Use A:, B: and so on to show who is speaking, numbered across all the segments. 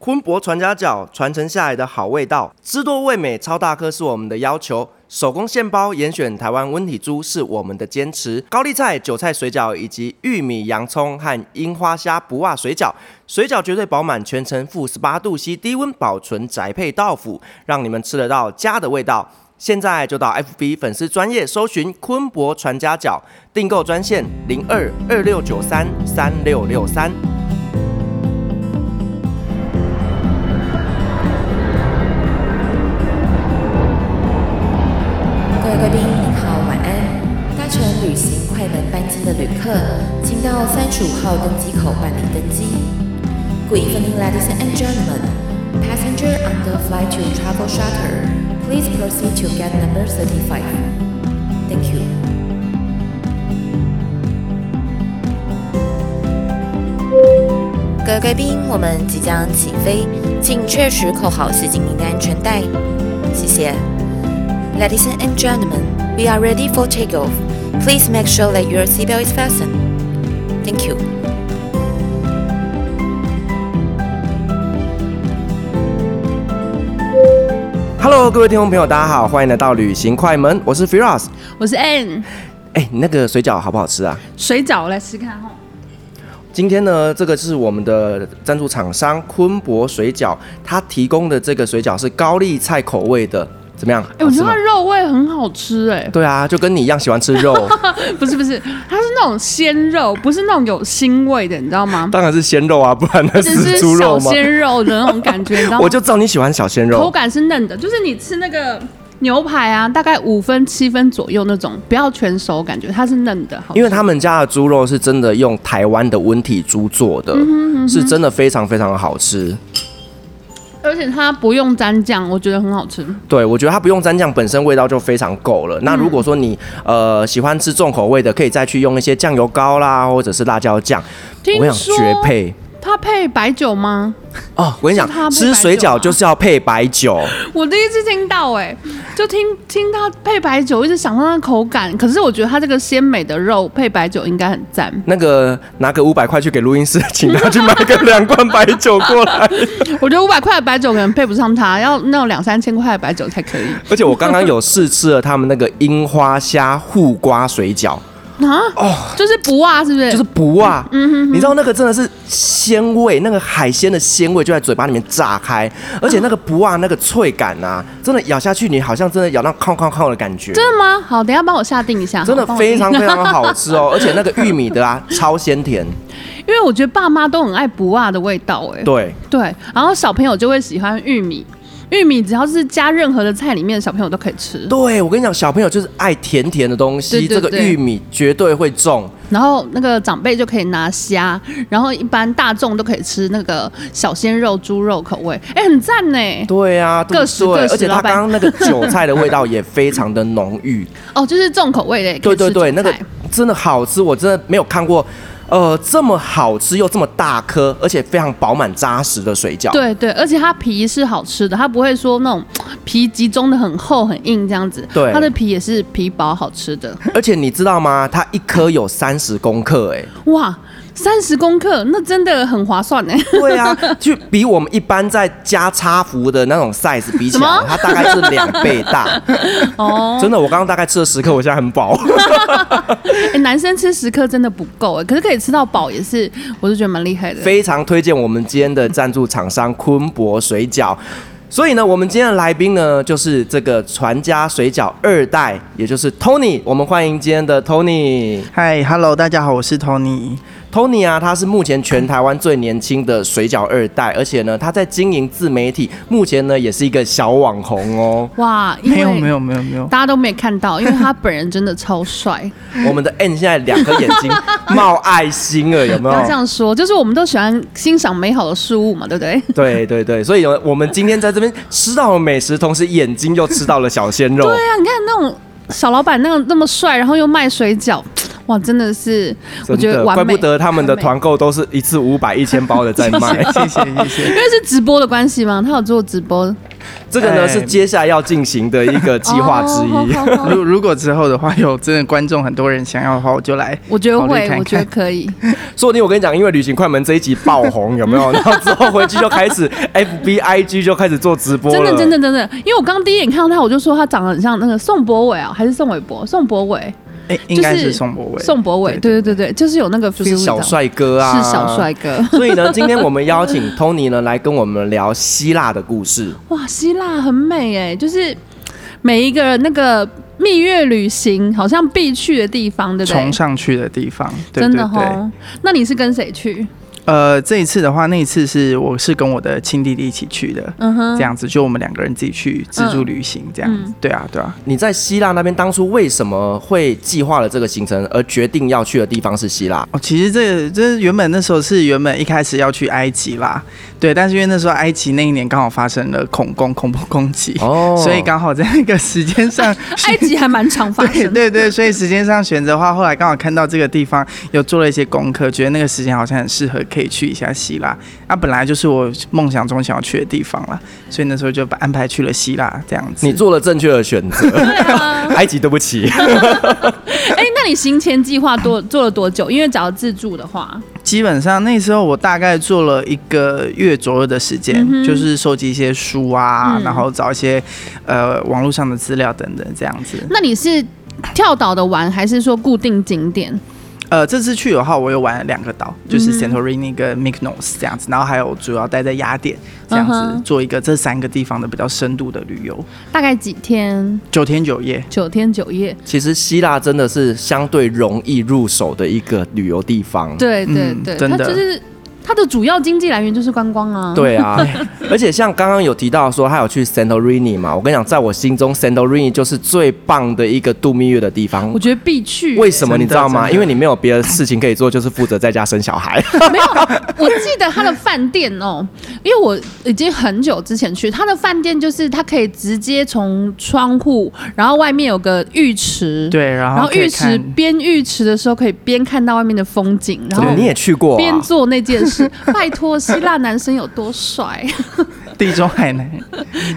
A: 昆博传家饺传承下来的好味道，汁多味美，超大颗是我们的要求。手工现包严选台湾温体猪是我们的坚持。高丽菜、韭菜水饺以及玉米、洋葱和樱花虾不辣水饺，水饺绝对饱满，全程负十八度 C 低温保存宅配到府，让你们吃得到家的味道。现在就到 FB 粉丝专业搜寻昆博传家饺，订购专线零二二六九三三六六三。
B: 各位贵宾，您好，晚安。搭乘旅行快门班机的旅客，请到三十五号登机口办理登机。Good evening, ladies and gentlemen. Passenger on the flight to Travel Charter, please proceed to gate number thirty-five. Thank you. 各位贵宾，我们即将起飞，请确实扣好系紧您的安全带，谢谢。Ladies and gentlemen, we are ready for takeoff. Please make sure that your seatbelt is fastened. Thank you.
A: 哈喽，各位听众朋友，大家好，欢迎来到旅行快门，我是 Firas。
C: 我是 Ann，
A: 哎、你那个水饺好不好吃啊？
C: 水饺我来试看哈。
A: 今天呢，这个是我们的赞助厂商昆博水饺，它提供的这个水饺是高丽菜口味的，怎么样？
C: 哎、我觉得
A: 好吃吗
C: 它肉味很好吃哎、
A: 对啊，就跟你一样喜欢吃肉，
C: 不是不是，它是那种鲜肉，不是那种有腥味的，你知 道吗？
A: 当然是鲜肉啊，不然那
C: 就是是
A: 猪肉
C: 小
A: 吗？
C: 鲜肉的那种感觉，你知道
A: 我
C: 吗？
A: 就知道你喜欢小鲜
C: 口
A: 肉，
C: 感是嫩的，就是你吃那个牛排啊，大概五分七分左右那种，不要全熟，感觉它是嫩的，好吃
A: 因为他们家的猪肉是真的用台湾的温体猪做
C: 嗯
A: 的，是真的非常非常的好吃。
C: 而且它不用沾酱，我觉得很好吃。
A: 对，我觉得它不用蘸酱，本身味道就非常够了。
C: 嗯
A: 那如果说你、呃喜欢吃重口味的，可以再去用一些酱油膏啦，或者是辣椒酱，我
C: 听
A: 跟你讲
C: 说
A: 绝配
C: 它配白酒吗？
A: 哦！我跟你讲
C: 是它，配
A: 吃水
C: 白酒啊
A: 饺
C: 吗
A: 就是要配白酒，
C: 我第一次听到哎、就听听它配白酒，一直想到那口感。可是我觉得它这个鲜美的肉配白酒应该很赞，
A: 那个拿个五百块去给录音师，请他去买个两罐白酒过 来。
C: 我觉得五百块的白酒可能配不上它，要那种两三千块的白酒 才可以。
A: 而且我刚刚有试吃了他们那个樱花虾护瓜水饺，哦
C: 啊，就是不啊，是不是？
A: 就是不啊，
C: 嗯
A: 你知道那个真的是鲜味，那个海鲜的鲜味就在嘴巴里面炸开，而且那个不啊，那个脆感啊，真的咬下去，你好像真的咬到康康康的感觉，
C: 真的吗？好，等一下帮我下定一下。
A: 真的
C: 好帮我
A: 非常
C: 定
A: 非常的好吃哦，而且那个玉米的啊，超鲜甜，
C: 因为我觉得爸妈都很爱不啊的味道哎、
A: 对，
C: 对，然后小朋友就会喜欢玉米，玉米只要是加任何的菜里面，小朋友都可以吃。
A: 对我跟你讲，小朋友就是爱甜甜的东西，
C: 对对
A: 这个
C: 对
A: 玉米绝对会中。
C: 然后那个长辈就可以拿虾，然后一般大众都可以吃那个小鲜肉猪肉口味，哎，很赞呢。
A: 对啊，对
C: 各
A: 不
C: 式
A: 对？
C: 各式
A: 而且它
C: 老板
A: 刚刚那个韭菜的味道也非常的浓郁，
C: 哦，就是重口味的也可
A: 对
C: 以
A: 对
C: 吃
A: 对，
C: 韭
A: 那个
C: 菜
A: 真的好吃，我真的没有看过，呃，这么好吃又这么大颗，而且非常饱满扎实的水饺。
C: 对对，而且它皮是好吃的，它不会说那种皮集中的很厚很硬这样子。
A: 对
C: 它的皮也是皮薄好吃的。
A: 而且你知道吗？它一颗有三十公克、 哎，
C: 哇，三十公克，那真的很划算呢。
A: 对啊，就比我们一般在加差服的那种 size 比起
C: 什
A: 来
C: 么，
A: 它大概是两倍大。
C: 哦，
A: 真的，我刚刚大概吃了十克，我现在很饱。
C: 哎男生吃十克真的不够哎，可是可以吃到饱也是，我是觉得蛮厉害的。
A: 非常推荐我们今天的赞助厂商昆博水饺。所以呢，我们今天的来宾呢，就是这个传家水饺二代，也就是 Tony。我们欢迎今天的 Tony。
D: 嗨，Hello，大家好，我是 Tony。
A: Tony 啊，他是目前全台湾最年轻的水饺二代，而且呢，他在经营自媒体，目前呢也是一个小网红 哦。
C: 哇，因为
D: 没有，没有，没有，没 有。
C: 大家都没看到，因为他本人真的超帅。
A: 我们的 N 现在两颗眼睛冒爱心了，有没
C: 不 要这
A: 有？
C: 样说，就是我们都喜欢欣赏美好的事物嘛，对不对？
A: 对对对，所以呢我们今天在这边吃到了美食，同时眼睛又吃到了小鲜肉。
C: 对啊，你看那种小老板那样那么帅，然后又卖水饺，哇，真的是，我
A: 真
C: 觉
A: 的，
C: 得完
A: 怪
C: 美。
A: 不得他们的
C: 完美
A: 团购都是一次五百、一千包的在卖。
D: 哎 谢谢，谢谢。
C: 因为是直播的关系嘛，他有做直播，
A: 这个呢
D: 哎
A: 是接下来要进行的一个计划之一。
C: 哦好好好
D: 如如果之后的话，有真的观众很多人想要的话，我就来。
C: 我觉得
D: 考虑
C: 会
D: 看，看
C: 我觉得可以。
A: 说不定我跟你讲，因为旅行快门这一集爆红，有没 有？然后之后回去就开始 F B I G 就开始做直播了。
C: 真的，真的，真的，因为我刚第一眼看到他，我就说他长得很像那个宋博伟啊，还是宋伟博？宋博伟，
D: 哎、应该是宋博伟。
C: 宋博伟，对对对对，就是有那个 feel，
A: 就是小帅哥
C: 哥
A: 啊，
C: 是小 帅。哥。
A: 所以呢，今天我们邀请 Tony 呢来跟我们聊希腊的故事。
C: 哇，希腊很美哎，就是每一个那个蜜月旅行好像必去的地方，对不对
D: 冲？上去的地方，对
C: 真
D: 对
C: 的
D: 对。
C: 哦。那你是跟谁去？
D: 呃，这一次的话，那一次是我是跟我的亲弟弟一起去的，
C: 嗯哼，
D: 这样子就我们两个人自己去自助旅行，这样子。对啊，对啊。
A: 你在希腊那边当初为什么会计划了这个行程，而决定要去的地方是希腊？
D: 哦，其实这个这原本那时候是原本一开始要去埃及啦，对，但是因为那时候埃及那一年刚好发生了恐攻恐怖攻击，
A: 哦
D: 所以刚好在那个时间上
C: 埃及还蛮常发
D: 对
C: 生的。
D: 对对，所以时间上选择的话，后来刚好看到这个地方有做了一些功课，觉得那个时间好像很适合，可以去一下希腊。啊，本来就是我梦想中想要去的地方啦，所以那时候就把安排去了希腊这样子。
A: 你做了正确的选择。
C: 对啊，
A: 埃及，对不起，
C: 哎、那你行前计划 多做了多久？因为只要自助的话，
D: 基本上那时候我大概做了一个月左右的时间，
C: 嗯
D: 就是收集一些书啊，然后找一些呃网络上的资料等等这样子。
C: 那你是跳岛的玩，还是说固定景点？
D: 呃，这次去的话，我有玩了两个岛，就是
C: 嗯
D: Santorini 跟 Mykonos 这样子，然后还有主要待在雅典这样子、
C: 嗯哼
D: 做一个这三个地方的比较深度的旅游，
C: 大概几天？
D: 九天九夜。
C: 九天九夜。
D: 嗯
A: 其实希腊真的是相对容易入手的一个旅游地方。
C: 对对
D: 嗯
C: 对，
D: 真
C: 它
D: 的
C: 就是它的主要经济来源就是观光啊。，
A: 对啊， 而且像刚刚有提到说他有去 Santorini 嘛，我跟你讲，在我心中 Santorini 就是最棒的一个度蜜月的地方
C: 我。觉得必去、
A: 为什么
D: 真的
A: 你知道吗？
D: 真的
A: 因为你没有别的事情可以做，就是负责在家生小 孩。
C: 没有，我记得他的饭店哦，因为我已经很久之前去，他的饭店就是它可以直接从窗户，然后外面有个浴池，，
D: 对，然
C: 然
D: 后
C: 后
D: 可以
C: 浴池
D: 看
C: 边浴池的时候可以边看到外面的风景，然后
A: 你也去过、
C: 边
A: 啊，
C: 做那件 事。拜托，希腊男生有多帅？
D: 地中海呢，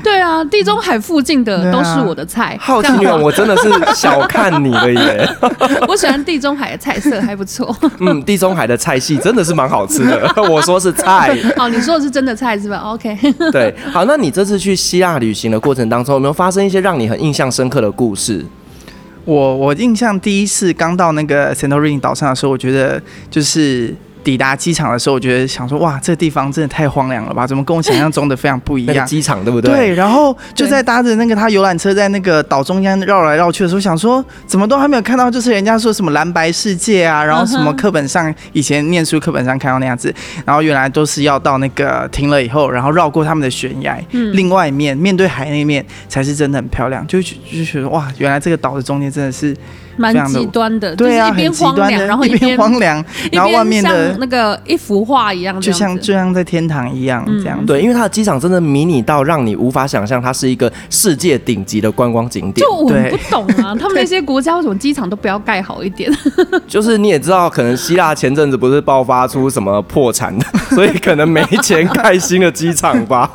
C: 对啊，地中海附近的
D: 对啊
C: 都是我的 菜。
A: 好
D: 哦
A: 奇
C: 干嘛
A: 女人，我真的是小看你了耶。
C: 我喜欢地中海的菜色，还不 错。
A: 嗯，地中海的菜系真的是蛮好吃的。 我说是菜，
C: 哦，你说的是真的菜是吧？OK，
A: 对。好，那你这次去希腊旅行的过程当中，有没有发生一些让你很印象深刻的故事？
D: 我我印象第一次刚到那个 Santorini 岛上的时候，我觉得就是抵达机场的时候，我觉得想说哇，这地方真的太荒凉了吧？怎么跟我想象中的非常不一
A: 那个
D: 样？
A: 机场对不
D: 对，
A: 对？
D: 然后就
C: 对
D: 在搭着那个他游览车在那个岛中央绕来绕去的时候，想说怎么都还没有看到，就是人家说什么蓝白世界啊，然后什么课本上以前念书课本上看到那样子，然后原来都是要到那个停了以后，然后绕过他们的悬崖，
C: 嗯
D: 另外一面面对海那面才是真的很漂亮，就就就觉得哇，原来这个岛的中间真的是
C: 蛮
D: 非常的
C: 极端的，
D: 对啊，
C: 就是一
D: 很
C: 边
D: 极
C: 荒
D: 端
C: 凉，
D: 的，
C: 然后
D: 一边荒凉，
C: 一
D: 然后外
C: 边
D: 面的
C: 像那个一幅画一样这样
D: 就
C: 子，嗯
D: 像就像在天堂一样这样子。
A: 对，因为它的机场真的迷你到让你无法想象，它是一个世界顶级的观光景点
C: 就。我很
D: 对
C: 不懂 啊，他们那些国家为什么机场都不要盖好一点？
A: 就是你也知道，可能希腊前阵子不是爆发出什么破产 的，所以可能没钱盖新的机场吧。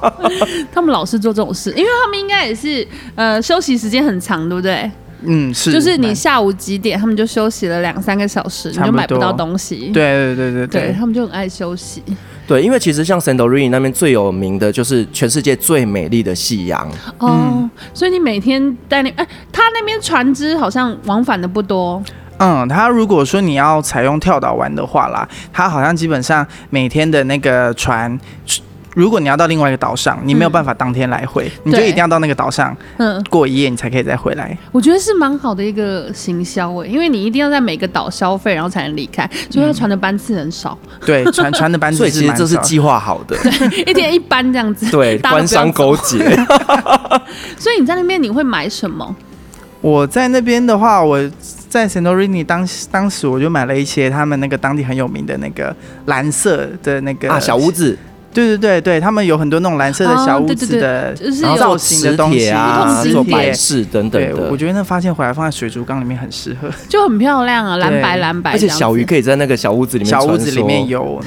C: 他们老是做这种事，因为他们应该也是呃休息时间很长，对不对？
D: 嗯，是，
C: 就是你
D: 蛮
C: 下午几点，他们就休息了两三个小时，你
D: 差不
C: 就买不
D: 多
C: 到东西。
D: 对对对对
C: 对他们就很爱休息。
A: 对，因为其实像 Santorini 那边最有名的就是全世界最美丽的夕阳，
D: 嗯
C: 哦，所以你每天带那哎，他那边船只好像往返的不多，
D: 嗯，它如果说你要采用跳岛玩的话啦，它好像基本上每天的那个船，如果你要到另外一个岛上，你没有办法当天来回，你就
C: 嗯对
D: 一定要到那个岛上
C: 嗯，
D: 过一夜，你才可以再回来。
C: 我觉得是蛮好的一个行销诶，因为你一定要在每个岛消费，然后才能离开，所以他船的班次很少，
D: 对，船船的班
A: 所
D: 次
A: 以
D: 是
A: 其实
D: 蛮
A: 这是
D: 少的
A: 计划好的。
C: 一天一班这样子。
A: 对，
C: 大家
A: 官
C: 都不要
A: 商
C: 走
A: 勾结。
C: 所以你在那边你会买什么？
D: 我在那边的话，我在 Santorini 当当时我就买了一些他们那个当地很有名的那个蓝色的那个
A: 啊，小屋，子，
D: 对对对对，他们有很多那种蓝色的
C: 哦
D: 小屋
C: 对对
D: 子
C: 对
D: 的
C: 就是
A: 然后
C: 有
A: 做
D: 造型的
A: 磁
D: 东西
A: 铁啊，
C: 不同
A: 做
C: 磁铁
A: 摆饰等等
D: 对，我
A: 的
D: 我。觉得那发现回来放在水族缸里面很适合。
C: 就很漂亮啊，蓝白
D: 对
C: 蓝白
A: 而
C: 这
A: 且
C: 样子。
A: 小鱼可以在那个小屋子里面
D: 小
A: 穿梭，
D: 屋子里面有，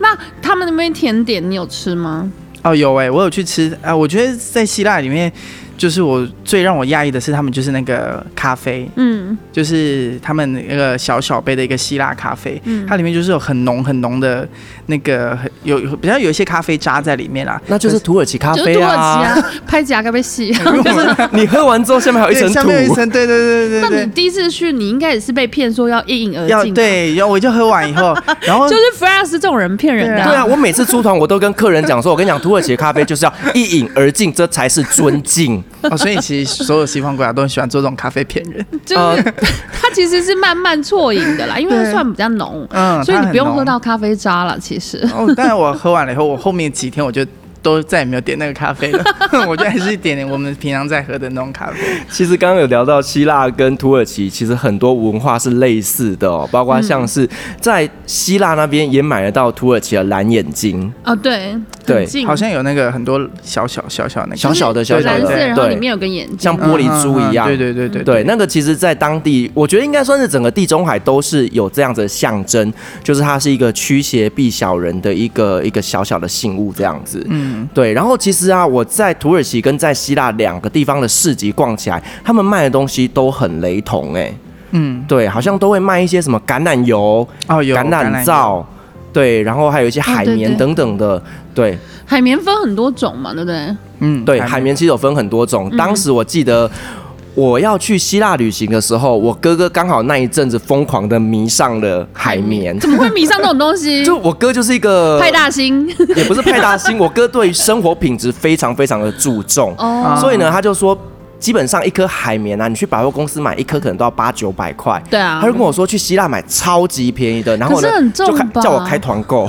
C: 那他们那边甜点你有吃吗？
D: 哦，有哎、我有去吃啊、我觉得在希腊里面，就是我最让我讶异的是，他们就是那个咖啡，
C: 嗯，
D: 就是他们那个小小杯的一个希腊咖啡，
C: 嗯
D: 它里面就是有很浓很浓的那个很有有比较有一些咖啡渣在里面啊啦。
A: 那就是土耳其咖
C: 就是
A: 啡
C: 土耳其
A: 啊，
C: 啊，拍夹该被洗。
A: 就是你喝完之后下哦面还有一
D: 对，
A: 层
D: 下面有一
A: 土，
D: 层，对对对
C: 那
D: 对
C: 你
D: 对，
C: 第一次去，你应该也是被骗说要一饮而
D: 要
C: 尽，，啊
D: 对，然后我就喝完以后， 然后
C: 就是 France 这种人骗人的、
A: 对啊，我每次出团我都跟客人讲说，我跟你讲，土耳其咖啡 就是要一饮而尽，这才是尊敬。
D: 哦，所以其实所有西方国家都很喜欢做这种咖啡骗人，
C: 就是
A: 呃
C: 它其实是慢慢啜饮的啦，因为它算比较浓，
D: 嗯，
C: 所以
D: 它
C: 你
D: 很
C: 不用喝
D: 浓
C: 到咖啡渣了。其实
D: 哦，但我喝完了以后，我后面几天我就都再也没有点那个咖啡了， 我就还是点点我们平常在喝的那种咖啡。
A: 其实刚刚有聊到希腊跟土耳其，其实很多文化是类似的哦，包括像是在希腊那边也买得到土耳其的蓝眼睛，
C: 哦，对，
A: 对
C: 很近
D: 好像有那个很多小小小小那个
A: 小小的小
D: 对
A: 小
C: 蓝
A: 的，
C: 色，
D: 对
C: 然后里
A: 对，
C: 面有个眼睛，
A: 像玻璃珠一样
D: 嗯嗯嗯对对对对
A: 对，那个其实，在当地，我觉得应该算是整个地中海都是有这样子的象征，就是它是一个驱邪避小人的一个一个小小的信物这样子。嗯，对。然后其实啊，我在土耳其跟在希腊两个地方的市集逛起来，他们卖的东西都很雷同、欸，
D: 嗯，
A: 对，好像都会卖一些什么橄榄油、
D: 哦有
A: 橄榄
D: 油，
A: 皂，对，然后还有一些海
C: 对
A: 绵
C: 对
A: 等等的，对。
C: 海绵分很多种嘛，对不对？
D: 嗯，
A: 对，海绵其实有分很多种。
C: 嗯
A: 当时我记得我要去希腊旅行的时候，我哥哥刚好那一阵子疯狂的迷上了海绵。
C: 怎么会迷上这种东西？
A: 就呃我哥就是一个
C: 派，大星
A: 也不是派大星，我哥对生活品质非常非常的注重，
C: 哦，
D: 啊
A: 所以呢，他就说。基本上一颗海绵啊，你去百货公司买一颗可能都要八九百块。
C: 对啊
A: 他就跟我说去希腊买超级便宜的，然后呢
C: 可是很重
A: 就开
C: 吧
A: 叫我开团 购。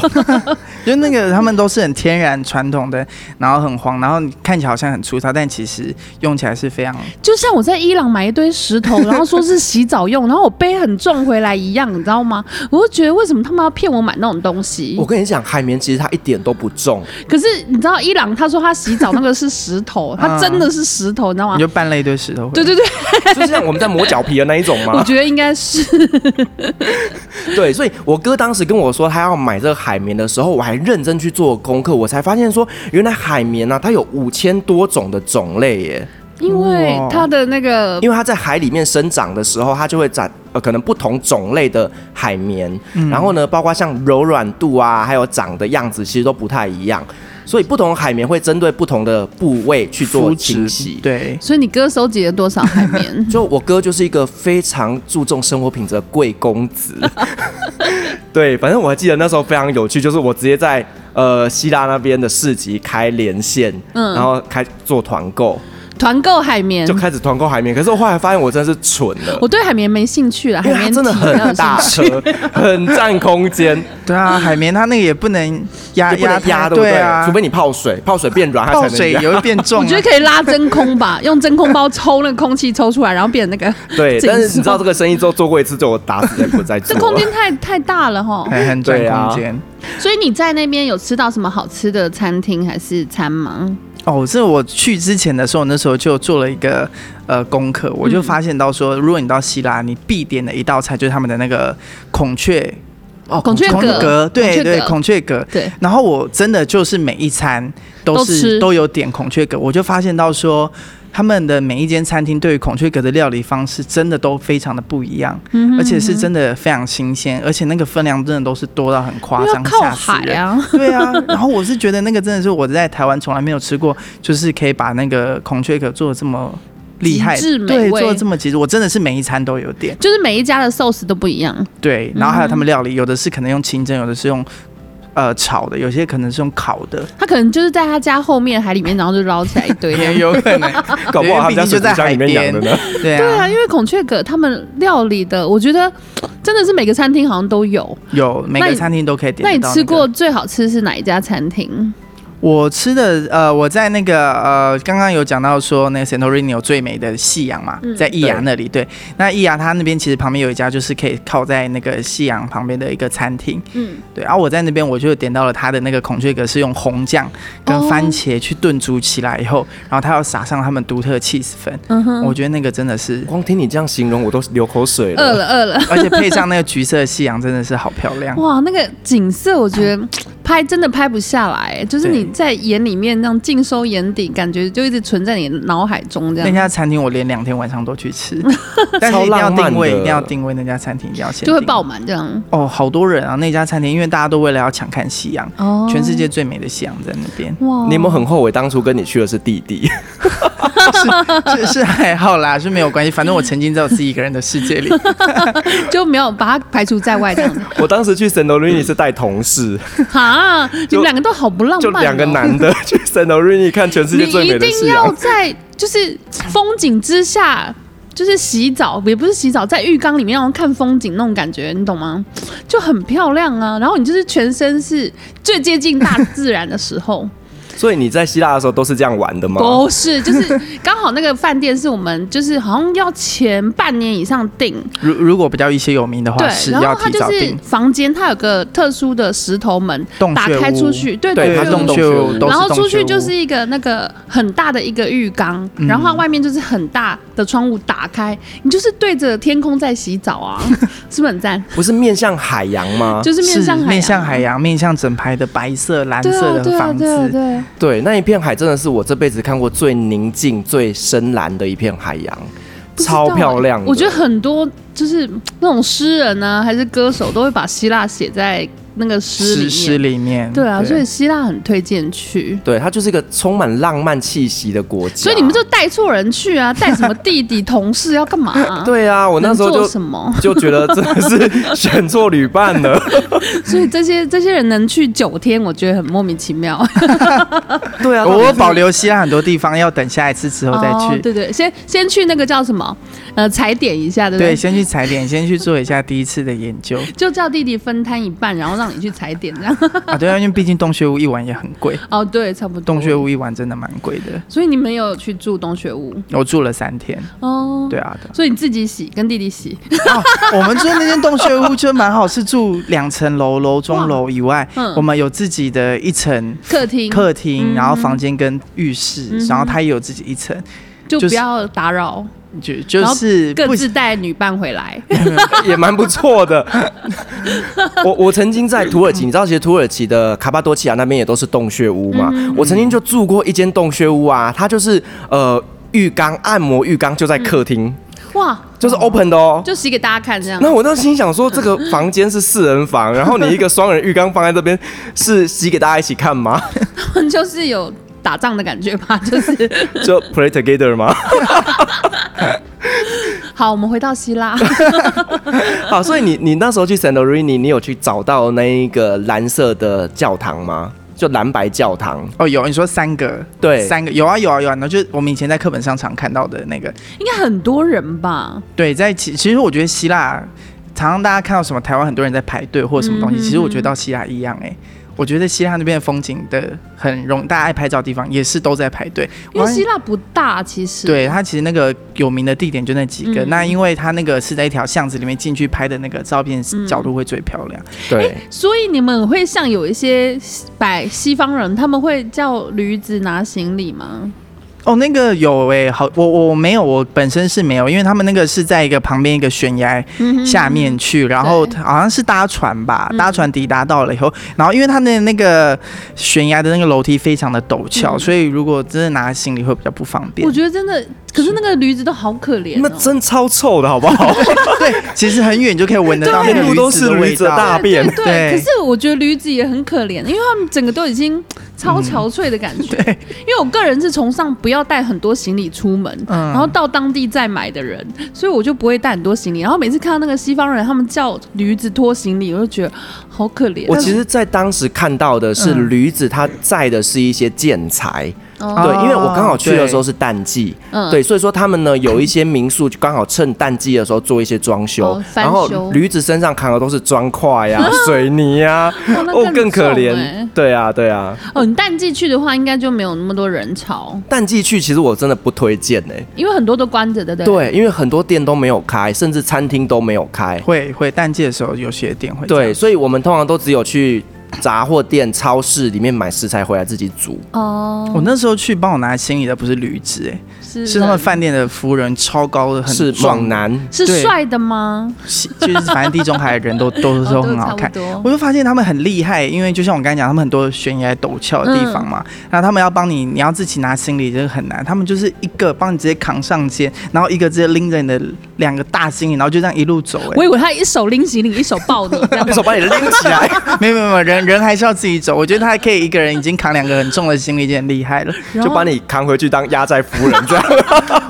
D: 就那个他们都是很天然传统的，然后很黄，然后你看起来好像很粗糙，但其实用起来是非常
C: 就像我在伊朗买一堆石头，然后说是洗澡用，然后我背很重回来一样，你知道吗？ 我就觉得为什么他们要骗我买那种东西
A: 我？跟你讲，海绵其实它一点都不重，
C: 可是你知道伊朗他说他洗澡那个是石头，
A: 啊
C: 他真的是石头，你知道吗
D: 你？就搬了一堆石头回来。
C: 对对对，
A: 就是像我们在磨脚皮的那一种嘛。
C: 我觉得应 该是
A: 对，所以我哥当时跟我说他要买这个海绵的时候，我还认真去做功课，我才发现说，原来海绵呢、啊它有五千多种的种类耶。
D: 哦
C: 因为
D: 哇
C: 它的那个
A: 因为它在海里面生长的时候，它就会长呃可能不同种类的海绵，
D: 嗯
A: 然后呢，包括像柔软度啊，还有长的样子，其实都不太一样。所以不同的海绵会针对不同的部位去做
D: 肤
A: 清
D: 质
A: 洗。，？
D: 对，
C: 所以你哥收集了多少海 绵
A: 就我哥就是一个非常注重生活品质的贵公子， 对，反正我还记得那时候非常有趣，就是我直接在呃希腊那边的市集开连线，
C: 嗯
A: 然后开做团购，
C: 团购海绵
A: 就，开始团购海绵。可是我后来发现我真的是蠢了
C: 我，对海绵没兴趣了，海
A: 因为它
C: 绵
A: 真的
C: 体没有
A: 很大
C: 兴趣
A: 车，很占空 间，
D: 对啊，海绵它那个也不能 压
A: 也不能
D: 太
A: 压，对不
D: 对
A: 对？
D: 啊，
A: 除非你泡水，泡水变软它
D: 泡
A: 才能
D: 水
A: 压。
D: 也会变重啊。
C: 我觉得可以拉真空吧，用真空包抽那个空气抽出来，然后变成那个
A: 对，
C: 紧
A: 但是你知道
C: 缩
A: 这个生意之后做过一次，就我打死也不再做
C: 这
A: 了。
C: 空间太太大了哈。
D: 很很占
A: 对啊
D: 空间。
C: 所以你在那边有吃到什么好吃的餐厅还是餐吗？
D: 哦，这我去之前的时候，那时候就做了一个呃功课，我就发现到说，如果你到希腊，你必点的一道菜就是他们的那个孔雀
A: 哦
C: 孔雀
D: 孔
C: 阁
D: 阁，对
C: 孔雀
D: 对，
C: 阁
D: 孔雀阁。
C: 对，
D: 然后我真的就是每一餐都
C: 都
D: 是
C: 吃
D: 都有点孔雀阁，我就发现到说。他们的每一间餐厅对于孔雀阁的料理方式真的都非常的不一样，
C: 嗯
D: 而且是真的非常新鲜，而且那个分量真的都是多到很夸
C: 因为要
D: 张，
C: 靠
D: 吓死
C: 海
D: 人
C: 啊。
D: 对啊，然后我是觉得那个真的是我在台湾从来没有吃过，就是可以把那个孔雀壳做的这么厉害，
C: 极致美
D: 对，
C: 味
D: 做的这么极致，我真的是每一餐都有点
C: 就是每一家的寿司都不一样，
D: 对。
C: 嗯
D: 然后还有他们料理，有的是可能用清蒸，有的是用呃炒的，有些可能是用烤的，
C: 他可能就是在他家后面海里面，然后就捞起来一 堆这样。
D: 也有可能，
A: 搞不好他们家
D: 因为毕竟就
A: 水
D: 在
A: 族箱
D: 海
A: 里面养
D: 边
A: 的，呢。
D: 对
C: 对啊，
D: 啊，
C: 因为孔雀阁他们料理的，我觉得真的是每个餐厅好像都有。
D: 有每
C: 那
D: 个
C: 你
D: 餐厅都可以点
C: 那
D: 得
C: 你
D: 到
C: 吃
D: 个
C: 过最好吃是哪一家餐厅？
D: 我吃的呃，我在那个呃，刚刚有讲到说那个 Santorini 有最美的夕阳嘛，
C: 嗯
D: 在伊雅那里。对，那伊雅它那边其实旁边有一家就是可以靠在那个夕阳旁边的一个餐厅。
C: 嗯
D: 嗯，对。然、后我在那边我就点到了它的那个孔雀阁是用红酱跟番茄去炖煮起来以后，然后它要撒上他们独特的 cheese 粉。
C: 嗯哼，
D: 我觉得那个真的是，
A: 光听你这样形容，我都流口水
C: 饿
A: 了。
C: 了饿了， 啊
D: 而且配上那个橘色的夕阳真的是好漂 亮。
C: 哇，那个景色我觉得拍真的拍不下来，就是
D: 对
C: 你在眼里面那样尽收眼底，感觉就一直存在你脑海中这
D: 那
C: 样。
D: 家餐厅我连两天晚上都 去吃，但是一定要
A: 超浪漫
D: 定
A: 的
D: 位，一定要定位那家餐厅，一定要先
C: 就会
D: 定
C: 爆满这样
D: 哦，好多人啊！那家餐厅，因为大家都为了要抢看夕阳，
C: 哦，
D: 全世界最美的夕阳在那边
C: 哇
A: 你有没有很后悔当初跟你去的是弟弟？
D: 是是还好啦，是没有关系。反正我沉浸在我自己一个人的世界 里，
C: 就没有把它排除在外这样子？
A: 我当时去圣罗瑞尼是带同事，
C: 哈，你们两个都好不浪
A: 就
C: 漫、哦，
A: 两个男的 去圣罗瑞尼看全世界最美
C: 你
A: 的啊
C: 一
A: 夕
C: 定要
A: 阳。
C: 在就是风景之下，就是洗澡，也不是洗澡，在浴缸里面然后看风景那种感觉，你懂吗？就很漂亮啊。然后你就是全身是最接近大自然的时候，
A: 所以你在希腊的时候都是这样玩的吗？
C: 都是就是刚好那个饭店是我们就是好像要前半年以上订，
D: 如如果比较一些有名的话，啊是
C: 对，然
D: 要
C: 后它
D: 提
C: 就
D: 早
C: 是
D: 定。
C: 房间，它有个特殊的石头门
D: 洞，
C: 打
D: 穴
C: 开出
D: 屋
C: 去，对
A: 对
C: 对
A: 它
D: 它
A: 是
C: 对
A: 洞
D: 洞
A: 穴
D: 穴
A: 屋
D: 屋都
C: 然
D: 是
C: 后
D: 洞
C: 出
D: 穴
C: 去
D: 屋嗯
C: 就是一个那个很大的一个浴缸，然后外面就是很大的窗户打开，你就是对着天空在洗澡啊， 是不是很赞？
A: 不是面向海洋吗？
C: 就是面向海洋，
D: 啊面向海，洋，面向整排的白色、蓝
C: 对啊
D: 色
C: 对啊
D: 的房
C: 对啊
D: 子。
C: 对啊，
A: 对，那一片海真的是我这辈子看过最宁静、最深蓝的一片海洋，
C: 不知
A: 超
C: 道欸
A: 漂亮的。
C: 我觉得很多就是那种诗人呢、还是歌手都会把希腊写在那个诗里
D: 诗
C: 面。
D: 诗里面，
C: 对啊，所以希腊很推荐去。
A: 对，啊它就是一个充满浪漫气息的国家。
C: 所以你们就带错人去啊，带什么弟弟、同事要干嘛、啊？，
A: 对啊，我那时候
C: 做
A: 就
C: 什么？
A: 就觉得真的是选错旅伴了。
C: 所以这些这些人能去九天，我觉得很莫名其妙。
A: 对啊，
D: 我
A: 到
D: 我
A: 底是
D: 保留希腊很多地方，要等下一次之后再
C: 哦、
D: 去。
C: 对对，先先去那个叫什么，呃，踩点一下，对不
D: 对，
C: 对？
D: 先去踩点，先去做一下第一次的研 究
C: 就叫弟弟分摊一半，然后让你去踩点，这样。
D: 啊。对啊，因为毕竟洞穴屋一晚也很贵，
C: 哦，对，差不多。
D: 洞穴，屋一晚真的蛮贵的。
C: 所以你们有去住洞穴屋
D: 我住了三天，
C: 哦？
D: 对。啊的。
C: 所以你自己洗，跟弟弟 洗，
D: 哦，我们住的那间洞穴屋就蛮好，是住两层楼，楼中楼以外，
C: 嗯
D: 我们有自己的一层
C: 客厅嗯
D: 客厅，然后房间跟浴室，然后它也有自己一层，
C: 就
D: 就
C: 不
D: 是
C: 要打扰，
D: 就就
C: 然
D: 是
C: 后
D: 不
C: 各自带女伴回 来。
A: 也蛮不错的。我我曾经在土耳其，你知道，其实土耳其的卡巴多奇亚那边也都是洞穴屋嘛。我曾经就住过一间洞穴屋啊，它就是呃浴缸按摩浴缸就在客厅，
C: 哇，
A: 就是 open 的哦。
C: 就洗给大家看这样。
A: 那我当时心想说，这个房间是四人房，然后你一个双人浴缸放在这边，是洗给大家一起看吗？
C: 他们就是有打仗的感觉吧， 就是。
A: 就 play together 吗？
C: 好，我们回到希腊。
A: 好，所以你你那时候去 Santorini，你有去找到那一个蓝色的教堂吗？就蓝白教堂，
D: 哦，有你说三个，
A: 对
D: 三个有啊有啊有啊，然后就是我们以前在课本上常看到的那个，
C: 应该很多人吧？
D: 对，在其其实我觉得希腊，常常大家看到什么台湾很多人在排队或者什么东
C: 嗯
D: 西，其实我觉得到希腊一样哎、我觉得希腊那边的风景的很容，大家爱拍照的地方也是都在排队，
C: 因为
D: 我
C: 希腊不大，其实。
D: 对它其实那个有名的地点就那几个，
C: 嗯
D: 那因为它那个是在一条巷子里面进去拍的那个照片
C: 嗯
D: 角度会最漂亮。
A: 对。
C: 所以你们会像有一些摆西方人，他们会叫驴子拿行李吗？
D: 哦，那个有诶、好，我我我没有，我本身是没有，因为他们那个是在一个旁边一个悬崖
C: 嗯
D: 下面
A: 嗯
D: 去，然后
C: 对
D: 好像是搭船吧，搭船抵达到了以后，然后因为它的那个悬崖的那个楼梯非常的陡峭，
A: 嗯
D: 所以如果真的拿行李会比较不方便
C: 我。觉得真的，可是那个驴子都好可怜、
A: 那
C: 哦。
A: 真超臭的好不 好？
D: 对，其实很远就可以闻得到那个
A: 对
D: 驴子的
A: 路
D: 味
A: 都是驴子的大
D: 道。
A: 便
C: 对对
D: 对
C: 可是我觉得驴子也很可怜，因为他们整个都已经超憔悴的感觉。因为我个人是崇尚不要带很多行李出门，
D: 嗯
C: 然后到当地再买的人，所以我就不会带很多行李。然后每次看到那个西方人，他们叫驴子拖行李，我就觉得好可怜。
A: 我其实，在当时看到的是驴子，它载的是一些建材，
C: 嗯哦
A: 对，因为我刚好去的时候
D: 对
A: 是淡季，
C: 嗯
A: 对，所以说他们呢有一些民宿就刚好趁淡季的时候做一些装修
C: 哦，翻
A: 然
C: 修
A: 后驴子身上扛的都是砖块 呀、水泥呀，
C: 哇那
A: 哦，更可
C: 重
A: 怜
C: 欸，
A: 对啊，对啊，
C: 哦，你淡季去的话，应该就没有那么多人潮，
A: 淡季去其实我真的不推荐哎，
C: 因为很多都关着的，对不对？
A: 对，因为很多店都没有开，甚至餐厅都没有开，
D: 会会淡季的时候有些店会这
A: 对，
D: 样
A: 所以我们通常都只有去杂货店、超市里面买食材回来自己煮。
C: 哦，
D: 我那时候去帮我拿行李的不是驴子、欸，
C: 是啊
D: 是他们
C: 人
D: 饭店的服务人超高的，很
A: 嗯是
D: 壮
A: 猛，男，
C: 是
D: 对
C: 帅的吗？
D: 是就是反正地中海的人都都
C: 哦
D: 都
C: 都
D: 很
C: 差
D: 好
C: 不
D: 看。
C: 多
D: 我就发现他们很厉害，因为就像我刚才讲，他们很多悬崖陡峭的地方嘛，然后他们要帮你，你要自己拿行李，这个很难。他们就是一个帮你直接扛上肩，然后一个直接拎着你的两个大行李，然后就这样一路走、
C: 我
D: 哎，
C: 以为他一手拎行李，一手抱你， 这样
A: 一手把你拎起 来。
D: 没有没有没有，人人还是要自己走。我觉得他还可以一个人已经扛两个很重的行李，已经很厉害了。
C: 然
A: 就
C: 后
A: 把你扛回去当压寨夫人这样。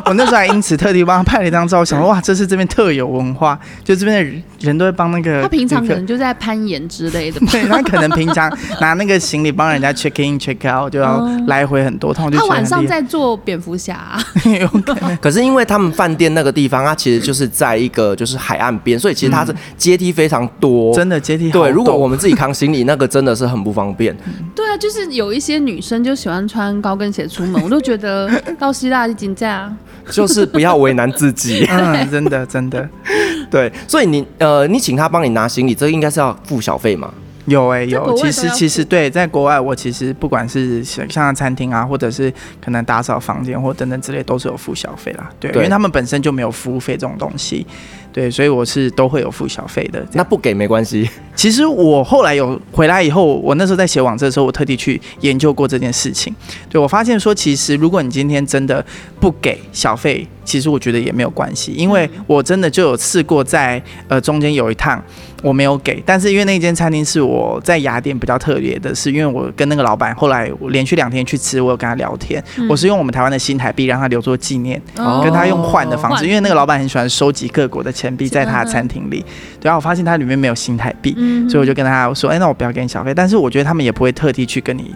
D: 我那时候还因此特地帮他拍了一张照，想说哇，这是这边特有文化，就这边的人人都会帮那个
C: 他平常
D: 旅
C: 可
D: 客
C: 能就在攀岩之类的吧。
D: 对他可能平常拿那个行李帮人家 check in check out 就要
C: 哦
D: 来回很多趟，我就
C: 他
D: 觉得很
C: 晚上
D: 厉害
C: 在做蝙蝠侠、啊
D: 有可能
A: 可是因为他们饭店那个地方，它其实就是在一个就是海岸边，所以其实它是阶梯非常多。
D: 真的阶梯好
A: 对，如果
D: 陡。
A: 我们自己扛行李，那个真的是很不方便。
C: 对啊，就是有一些女生就喜欢穿高跟鞋出门，我都觉得到希腊已经这样。
A: 就是不要为难自己
D: 嗯，真的真的
A: 对，所以你呃，你请他帮你拿行李，这应该是要付小费嘛？
D: 有哎、
C: 在国外
D: 有，其
C: 都
D: 实
C: 要
D: 其实对，在国外我其实不管是像像餐厅啊，或者是可能打扫房间或等等之类，都是有付小费啦。对，
A: 对
D: 因为他们本身就没有服务费这种东西，对，所以我是都会有付小费的。
A: 那不给没关系。
D: 其实我后来有回来以后，我那时候在写网志的时候，我特地去研究过这件事情。对我发现说，其实如果你今天真的不给小费，其实我觉得也没有关系，因为我真的就有试过在呃中间有一趟我没有给，但是因为那间餐厅是我在雅典比较特别的是，因为我跟那个老板后来我连续两天去吃，我有跟他聊天，我是用我们台湾的新台币让他留作纪念，
C: 嗯
A: 哦
D: 跟他用换的方式，
C: 换
D: 因为那个老板很喜欢收集各国的钱币在他的餐厅里。对啊，我发现它里面没有新台币，
C: 嗯
D: 所以我就跟他说：“哎、那我不要给你小费。”但是我觉得他们也不会特地去跟你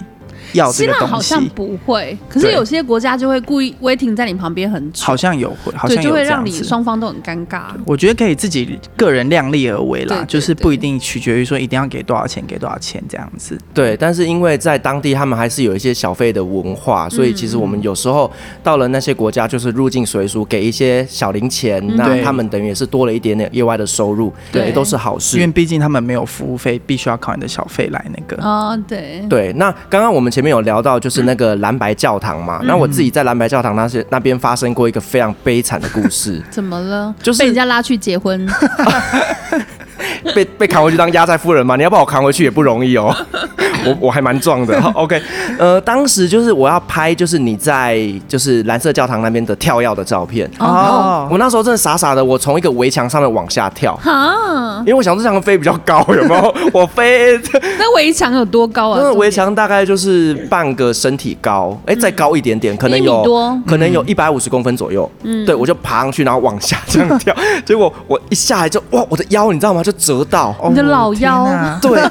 D: 要这
C: 希
D: 个
C: 腊好
D: 东西，
C: 像不会，可是
D: 对
C: 有些国家就会故意 waiting 在你旁边很久，
D: 好像有会，好
C: 对，
D: 像
C: 就
D: 有
C: 会
D: 这
C: 让
D: 样
C: 你
D: 子。
C: 双方都很尴尬。
D: 我觉得可以自己个人量力而为啦，
C: 对对
D: 就是不
C: 对
D: 一定取决于说一定要给多少钱，给多少钱这样子。
A: 对，但是因为在当地他们还是有一些小费的文化，所以其实我们有时候到了那些国家，就是入境随俗，给一些小零钱，那
D: 对
A: 他们等于也是多了一点点业外的收入，
C: 对
A: 也都是好事
D: 因为。毕竟他们没有服务费，必须要靠你的小费来那个。
C: 啊、对，
A: 对，那刚刚我们前面有聊到，就是那个蓝白教堂嘛。那我自己在蓝白教堂那些那边发生过一个非常悲惨的故事，
C: 怎么了？
A: 就是
C: 被人家拉去结 婚，
A: 被被扛回去当压寨夫人嘛？你要把我扛回去也不容易哦，我我还蛮壮的。OK，呃，当时就是我要拍，就是你在就是蓝色教堂那边的跳跃的照片。
D: 哦，
A: 我那时候真的傻傻的，我从一个围墙上面往下跳，
C: 哈，
A: 因为我想这墙飞比较高，有没有？ 我飞，
C: 那围墙有多高啊？
A: 那
C: 重
A: 个
C: 点
A: 围墙大概就是半个身体高，哎、再高一点点，可能
C: 一米
A: 有
C: 多
A: 可能有一百五十公分左右。嗯，对，我就爬上去，然后往下这样跳，结果我一下来就哇，我的腰你知道吗？就折到。
D: 哦
C: 你的老腰
D: 天哪
A: 对，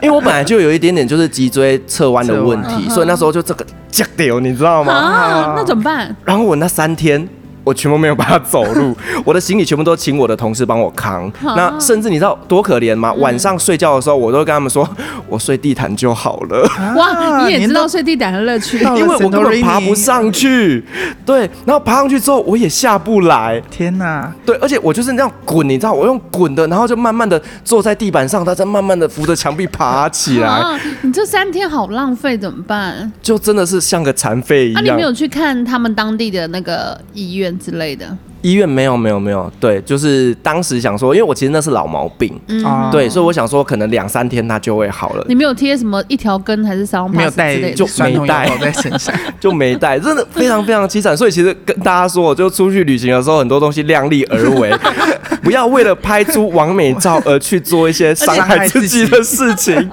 A: 因为我本来就有一点点就是脊椎侧弯的问题，所以那时候就这个夹掉，你知道吗？
C: 嗯啊，那怎么办？
A: 然后我那三天。我全部没有办法走 路，我的行李全部都请我的同事帮我扛。那甚至你知道多可怜
C: 嗯
A: 吗？晚上睡觉的时候，我都跟他们说，我睡地毯就好了。
C: 哇，你也
D: 你
C: 知
D: 啊都
C: 道睡地毯的乐趣，
D: 到 了
A: 因为我根本
D: Santorini
A: 爬不上去，对，然后爬上去之后我也下不来，
D: 天哪！
A: 对，而且我就是那样滚，你知道，我用滚的，然后就慢慢的坐在地板上，它再慢慢的扶着墙壁爬起来，
C: 啊，你这三天好浪费，怎么办？
A: 就真的是像个残废一
C: 啊，
A: 样。
C: 你没有去看他们当地的那个医院之类的？
D: 呃
A: 医院没有没有没有，对，就是当时想说，因为我其实那是老毛病，
C: 嗯
D: 啊，
A: 对，所以我想说可能两三天它就会好了
C: 你，没有贴什么一条根嗯还是三
D: 没有
C: pass 之类
D: 带
C: 的？
A: 就
D: 酸痛
A: 没带
D: 药 包在身上。
A: 就没带，真的非常非常凄惨。所以其实跟大家说，我就出去旅行的时候，很多东西量力而为，不要为了拍出完美照而去做一些伤害自己的事情。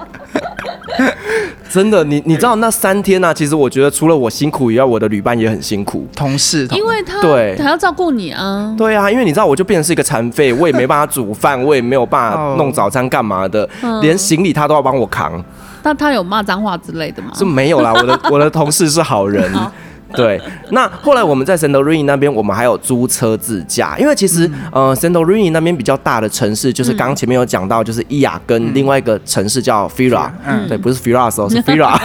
A: 真的，你你知道那三天呢、啊？其实我觉得除了我辛苦以外，我的旅伴也很辛苦。
D: 同事，同
C: 因为他
A: 对
C: 还要照顾你啊。
A: 对啊，因为你知道，我就变成是一个残废，我也没办法煮饭，我也没有办法
D: 哦
A: 弄早餐干嘛的，连行李他都要帮我扛。
C: 那他有骂脏话之类的吗？
A: 是没有啦，我的我的同事是好人。对，那后来我们在 s a n t o r i n 那边，我们还有租车自驾，因为其实、呃 s a n t o r i n 那边比较大的城市，就是刚刚前面有讲到，就是伊雅跟另外一个城市叫 Fira，、
D: 嗯
A: 对，不是 Firas 哦，是 Fira。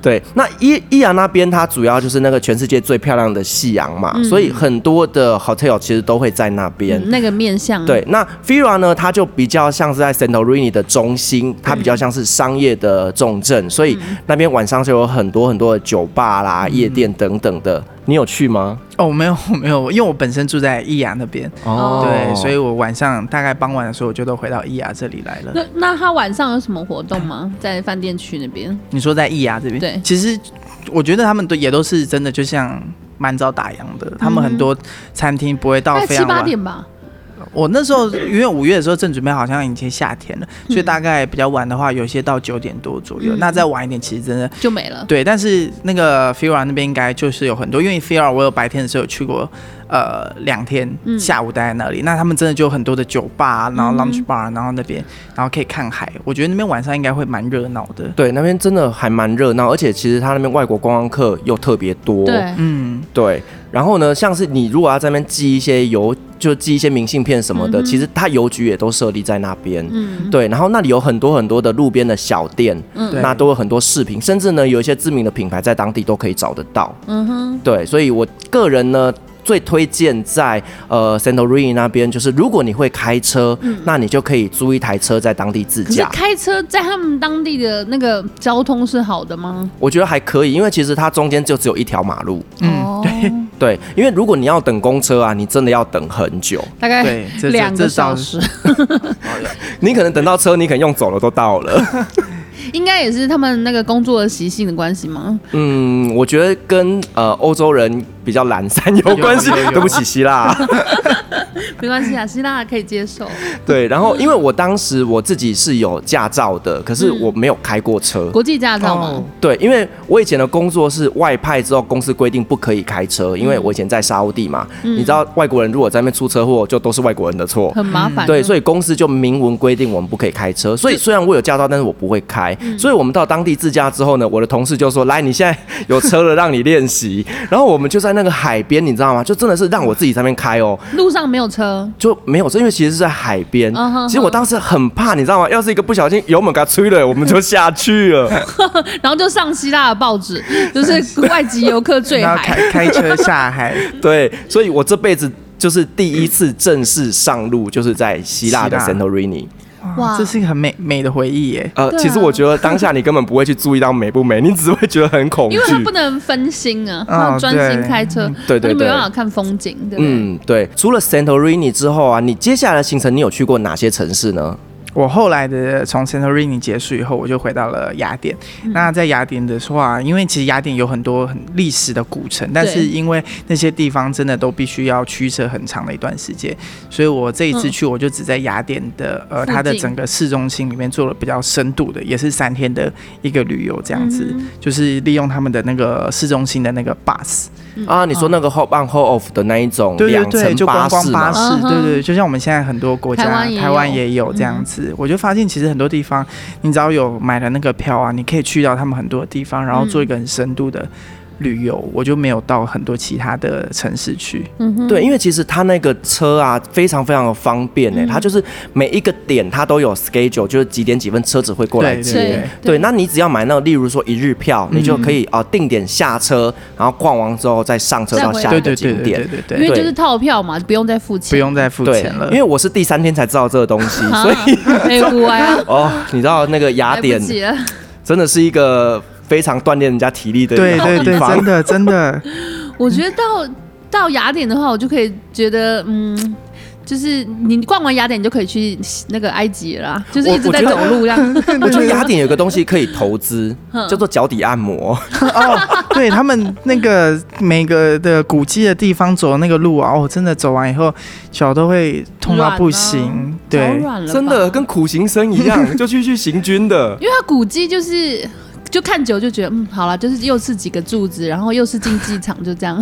A: 对，那伊伊雅那边它主要就是那个全世界最漂亮的夕阳嘛，所以很多的 hotel 其实都会在那边。
C: 嗯那个面相，
A: 对，那 Fira 呢，它就比较像是在 Santorini 的中心，
D: 嗯
A: 它比较像是商业的重镇，所以那边晚上就有很多很多的酒吧啦、
D: 嗯
A: 夜店等等的，你有去吗？
D: 哦，没有没有，因为我本身住在义雅那边，
C: 哦
D: 对，所以我晚上大概傍晚的时候，我就都回到义雅这里来了。
C: 那那他晚上有什么活动吗？在饭店区那边？
D: 你说在义雅这边，
C: 对
D: 其实我觉得他们都也都是真的，就像蛮早打烊的，他们很多餐厅不会到
C: 大概
D: 非
C: 嗯七
D: 常
C: 八
D: 晚。
C: 点吧。
D: 我那时候因为五月的时候正准备好像已经夏天了，所以大概比较晚的话，有些到九点多左右。
C: 嗯
D: 那再晚一点，其实真的
C: 就没了。
D: 对，但是那个 Fira 那边应该就是有很多，因为 Fira 我有白天的时候有去过，呃，两天
C: 嗯
D: 下午待在那里，那他们真的就有很多的酒吧，然后 lunch bar，、然后那边，然后可以看海，我觉得那边晚上应该会蛮热闹的。
A: 对，那边真的还蛮热闹，而且其实他那边外国观光客又特别多。
C: 对，
D: 嗯，
A: 对然后呢，像是你如果要在那边寄一些邮，就寄一些明信片什么
D: 嗯
A: 的，其实它邮局也都设立在那边。
C: 嗯，
A: 对，然后那里有很多很多的路边的小店，
C: 嗯
D: 对
A: 那都有很多饰品，甚至呢有一些知名的品牌在当地都可以找得到。
C: 嗯哼，
A: 对，所以我个人呢。最推荐在呃 Santorini 那边，就是如果你会开车，那你就可以租一台车在当地自
C: 可是
A: 驾。
C: 开车在他们当地的那个交通是好的吗？
A: 我觉得还可以，因为其实它中间就只有一条马路。
D: 嗯
C: 哦，
A: 对，因为如果你要等公车啊，你真的要等很久，
C: 大概
D: 对，这这
C: 哎两个
D: 这
C: 小
D: 倒是
C: 时，
A: 你可能等到车，你可能用走了都到了。
C: 应该也是他们那个工作的习性的关系吗？
A: 嗯，我觉得跟呃欧洲人比较懒散 有关系。
D: 有有有
A: 对不起，希腊。 啊
C: 没关系啊，希腊可以接 受。
A: 对，然后因为我当时我自己是有驾照的，可
C: 嗯
A: 是我没有开过车。
C: 国际驾照嘛
D: 哦，
A: 对，因为我以前的工作是外派之后，公司规定不可以开车，因为我以前在沙乌地嘛，你知道外国人如果在那边出车祸，就都是外国人的错。
C: 嗯很麻烦。
A: 对，所以公司就明文规定我们不可以开车。所以虽然我有驾照，但是我不会开。
C: 嗯
A: 所以我们到当地自驾之后呢，我的同事就说：“来，你现在有车了，让你练习。”然后我们就在那个海边，你知道吗？就真的是让我自己在那边开哦，
C: 以路上没有车，
A: 就没有车，因为其实是在海边
C: 嗯哼。
A: 其实我当时很怕，你知道吗？要是一个不小心油门给它吹了，我们就下去了。
C: 然后就上希腊的报 纸，就是外籍游客坠
D: 然后
C: 海。
D: 开开车 下海，
A: 对，所以我这辈子。就是第一次正式上路，就是在希腊的
D: 希
A: Santorini。
C: 哇
D: 这是一个很美美的回忆耶。
A: 呃，
C: 对啊
A: 其实我觉得当下你根本不会去注意到美不美，你只会觉得很恐惧。
C: 因为他不能分心啊，
D: 嗯
C: 他要专心
D: 对
C: 开车，
A: 对对
C: 他就没
A: 对
C: 办法看风景，对不对？
A: 嗯，对。除了 Santorini 之后啊，你接下来的行程你有去过哪些城市呢？
D: 我后来的从 Santorini 结束以后，我就回到了雅典。
C: 嗯
D: 那在雅典的话，因为其实雅典有很多很历史的古城，但是因为那些地方真的都必须要驱车很长的一段时间，所以我这一次去，我就只在雅典的、呃
C: 嗯附
D: 它的
C: 近
D: 整个市中心里面做了比较深度的，也是三天的一个旅游这样子，
C: 嗯
D: 就是利用他们的那个市中心的那个 bus，
C: 嗯
A: 啊，你说那个 hop on hop off 的那一种
D: 哦对对
A: 两
D: 对，
A: 层
D: 就观光
A: 士
D: 巴
A: 嘛？
D: 士，
C: 嗯哼
D: 对对对，就像我们现在很多国家，
C: 台湾也有嗯
D: 台湾也有这样子。我就发现，其实很多地方，你只要有买了那个票啊，你可以去到他们很多地方，然后做一个很深度的旅游。我就没有到很多其他的城市去，
C: 嗯
A: 对，因为其实它那个车啊，非常非常的方便欸诶、
D: 嗯
A: 它就是每一个点它都有 schedule，就是几点几分车子会过来
D: 对
A: 接。
D: 对嗯
C: 对
A: 对，那你只要买那个，例如说一日票，你就可以啊、定点下车，然后逛完之后再上车
C: 再
A: 到
C: 回
A: 下
C: 来
A: 一
D: 对
A: 个
D: 对对
A: 景
D: 对对
A: 点。
D: 对
C: 因为
D: 对，
C: 就是套票嘛，不用再付钱，
D: 不用再付
A: 对
D: 钱，了啊
A: 因。为我是第三天才知道这个东西，所 以
C: 以 哎，我呀，
A: 哦，你知道那个雅
C: 来
A: 典
C: 不及了。
A: 真的是一个非常锻炼人家体力的
D: 对
A: 一个
D: 对
A: 地
D: 对，
A: 方
D: 真。的真的，
C: 我觉得到到雅典的话，我就可以觉得，嗯，就是你逛完雅典，你就可以去那个埃及了啦，就是一直
A: 我
C: 在
A: 我觉
C: 走
A: 得
C: 路这样。
A: 我觉得雅典有个东西可以投资，
D: 嗯
A: 叫做脚底按摩。
D: 哦，对他们那个每个的古迹的地方走的那个路啊，哦，真的走完以后脚都会痛
C: 软
D: 到
C: 啊
D: 不行，对，
C: 脚软了吧
A: 真的跟苦行僧一样，就去去行军的。
C: 因为它古迹就是。就看久就觉得，嗯，好了，就是又是几个柱子，然后又是竞技场，就这样。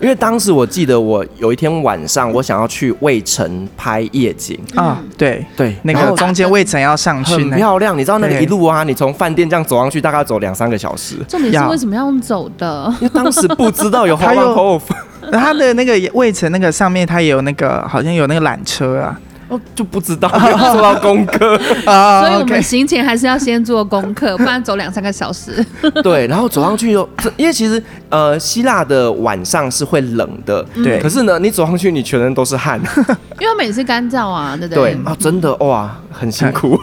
A: 因为当时我记得，我有一天晚上，我想要去卫城拍夜景，
D: 啊，对，
A: 对，
D: 那
A: 然
D: 个
A: 后
D: 中间位层要上去，
A: 很
D: 那
A: 漂亮。你知道那个
D: 对
A: 一路啊，你从饭店这样走上去，大概要走两三个小时。
C: 重点是
D: 要
C: 为什么要用走 的？
A: 因为当时不知道 有
D: 还
A: Hot
D: 有
A: o f
D: 它的那个位层那个上面它也有那个好像有那个缆车啊
A: 哦，就不知道没有做到功 课。
D: 啊
C: 所以我们行前还是要先做功课，不然走两三个小 时。
A: 对，然后走上去又，这因为其实呃，希腊的晚上是会冷的，
D: 对
A: 可是呢，你走上去，你全身 都是汗。
C: 因为他们也是干燥啊，对不
A: 对
C: 对？
A: 啊，真的哇，很辛苦。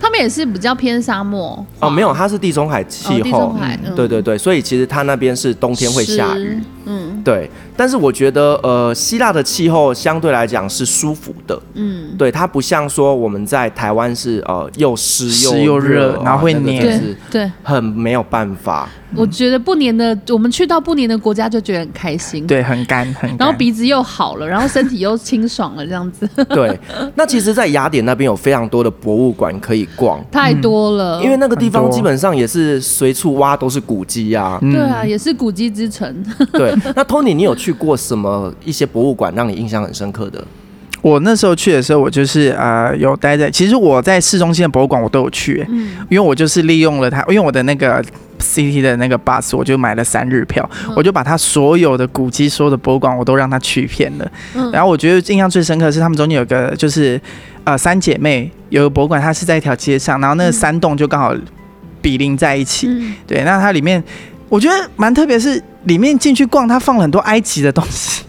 C: 他们也是比较偏沙漠
A: 哦，没有，它是地中海气
C: 哦地
A: 候
C: 中，海嗯
A: 对对对，所以其实它那边是冬天会下雨。
C: 湿，嗯
A: 对，但是我觉得，呃，希腊的气候相对来讲是舒服的，
C: 嗯，
A: 对，它不像说我们在台湾是呃又湿
D: 湿
A: 又
D: 又热
A: 啊
D: 然后会
A: 那个
D: 黏
A: 真
C: 对
A: 是
C: 对，
A: 很没有办法。
C: 我觉得不黏的，我们去到不黏的国家就觉得很开心，，
D: 对，很干很干。
C: 然后鼻子又 好了，然后身体又清爽了，这样子
A: 对，那其实，在雅典那边有非常多的博物馆可以逛，
C: 太多
D: 嗯
C: 了，
A: 因为那个地方
D: 很多
A: 基本上也是随处挖都是古迹 啊。
C: 对啊，也是古迹之城，
A: 对，那 Tony，你有去过什么一些博物馆让你印象很深刻的？
D: 我那时候去的时候，我就是呃有待在，其实我在市中心的博物馆我都有去、
A: 嗯
D: 因为我就是利用了它，因为我的那个 CT 的那个 bus，我就买了三日票，
C: 嗯
D: 我就把它所有的古迹、所有的博物馆我都让它去遍了。
C: 嗯
D: 然后我觉得印象最深刻的是他们中间有个就是呃三姐妹有个博物馆，它是在一条街上，然后那个三栋就刚好比邻在一起，
C: 嗯，
D: 对，那它里面我觉得蛮特别，是里面进去逛，它放了很多埃及的东西。
C: 嗯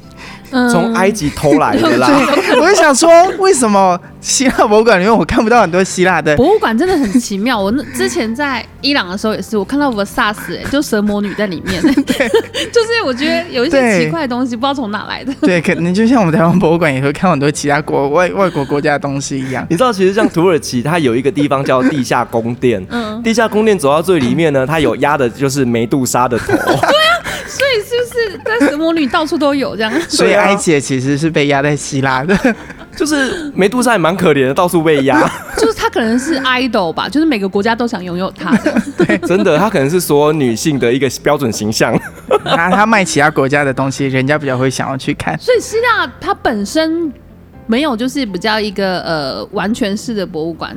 A: 从埃及偷来的啦。
D: 我就想说，为什么希腊博物馆里面我看不到很多希腊 的？
C: 博物馆真的很奇妙，我那之前在伊朗的时候也是，我看到 Versace，、欸、就蛇魔女在 里面、 就是我觉得有一些
D: 对
C: 奇怪的东西，不知道从哪来的。
D: 对，可能就像我们台湾博物馆也会看到很多其他国外外国国家的东西一样。
A: 你知道，其实像土耳其，它有一个地方叫地下宫殿。
C: 嗯，
A: 地下宫殿走到最里面呢，它有压的就是梅杜莎的头。
C: 所以是不是在蛇魔女到处都有这样？
D: 所以
A: 对啊
D: 埃及也其实是被压在希腊的，
A: 就是梅杜莎也蛮可怜的，到处被压。
C: 就是她可能是 idol 吧，就是每个国家都想拥有她的。
A: 真的，她可能是所有女性的一个标准形象。
D: 然后他卖其他国家的东西，人家比较会想要去看。
C: 所以希腊它本身没有就是比较一个呃完全式的博物馆，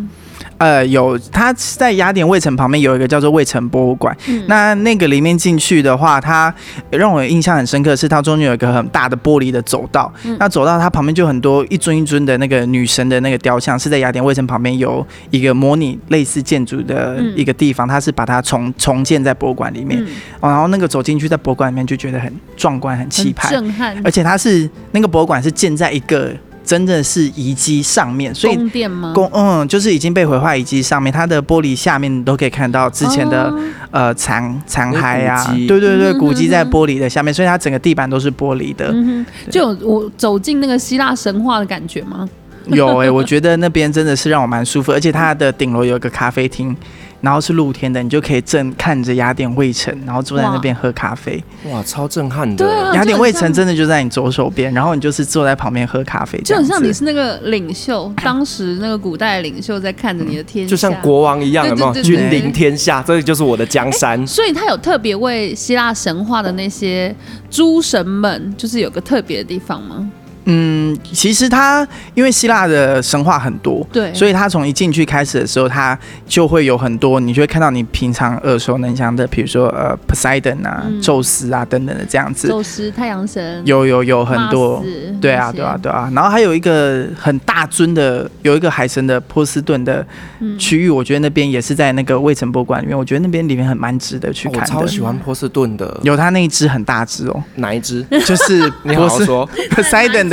D: 呃，有它在雅典卫城旁边有一个叫做卫城博物馆，那那个里面进去的话，它呃让我印象很深刻的是它中间有一个很大的玻璃的走道，那走道它旁边就很多一尊一尊的那个女神的那个雕像，是在雅典卫城旁边有一个模拟类似建筑的一个地方，它是把它重重建在博物馆里
C: 嗯
D: 面，哦然后那个走进去在博物馆里面就觉得很壮观、很气
C: 很
D: 派，
C: 震撼
D: 而。且它是那个博物馆是建在一个真的是遗迹上面，所以
C: 宫殿吗？
D: 公嗯，就是已经被毁坏遗迹上面，它的玻璃下面都可以看到之前的、
C: 哦
D: 呃残残
A: 那
D: 骸啊
A: 古迹，
D: 对对对
C: 嗯，哼
D: 古迹在
C: 哼
D: 玻璃的下面，所以它整个地板都是玻璃的。
C: 嗯哼，就有我走进那个希腊神话的感觉吗？
D: 有
A: 欸
D: 诶、我觉得那边真的是让我蛮舒服，而且它的顶楼有一个咖啡厅，然后是露天的，你就可以正看着雅典卫城，然后坐在那边喝咖啡。
A: 哇，超震撼
C: 对啊
A: 的！
C: 哇
D: 雅典卫
C: 哦这很
D: 城
C: 像
D: 真的就在你左手边，然后你就是坐在旁边喝咖啡
C: 就
D: 这样
C: 很
D: 子，
C: 像你是那个领袖， 当时那个古代领袖在看着你的天下，
A: 就像国王一样，有没有
C: 对对对
A: 君临天下？这就是我的江山。
C: 所以他有特别为希腊神话的那些诸神们，就是有个特别的地方吗？
D: 嗯，其实它因为希腊的神话很多，
C: 对
D: 所以它从一进去开始的时候，它就会有很多，你就会看到你平常耳熟能详的，比如说呃，Poseidon 啊、宙斯啊等等的这样子，
C: 嗯宙斯、太阳神，
D: 有有有很多
C: 马斯，
D: 对啊
C: 那些
D: 对啊对啊，然后还有一个很大尊的，有一个海神的波斯顿的
C: 嗯
D: 区域，我觉得那边也是在那个卫城博物馆里面，我觉得那边里面很蛮值得去
A: 哦我
D: 看
A: 超
D: 的
A: 喜，欢波士顿的，
D: 有他那一只很大只 哦，
A: 哪一只？
D: 就是
A: 你好
D: 波
A: 好
D: 斯
A: 说，
D: Poseidon 的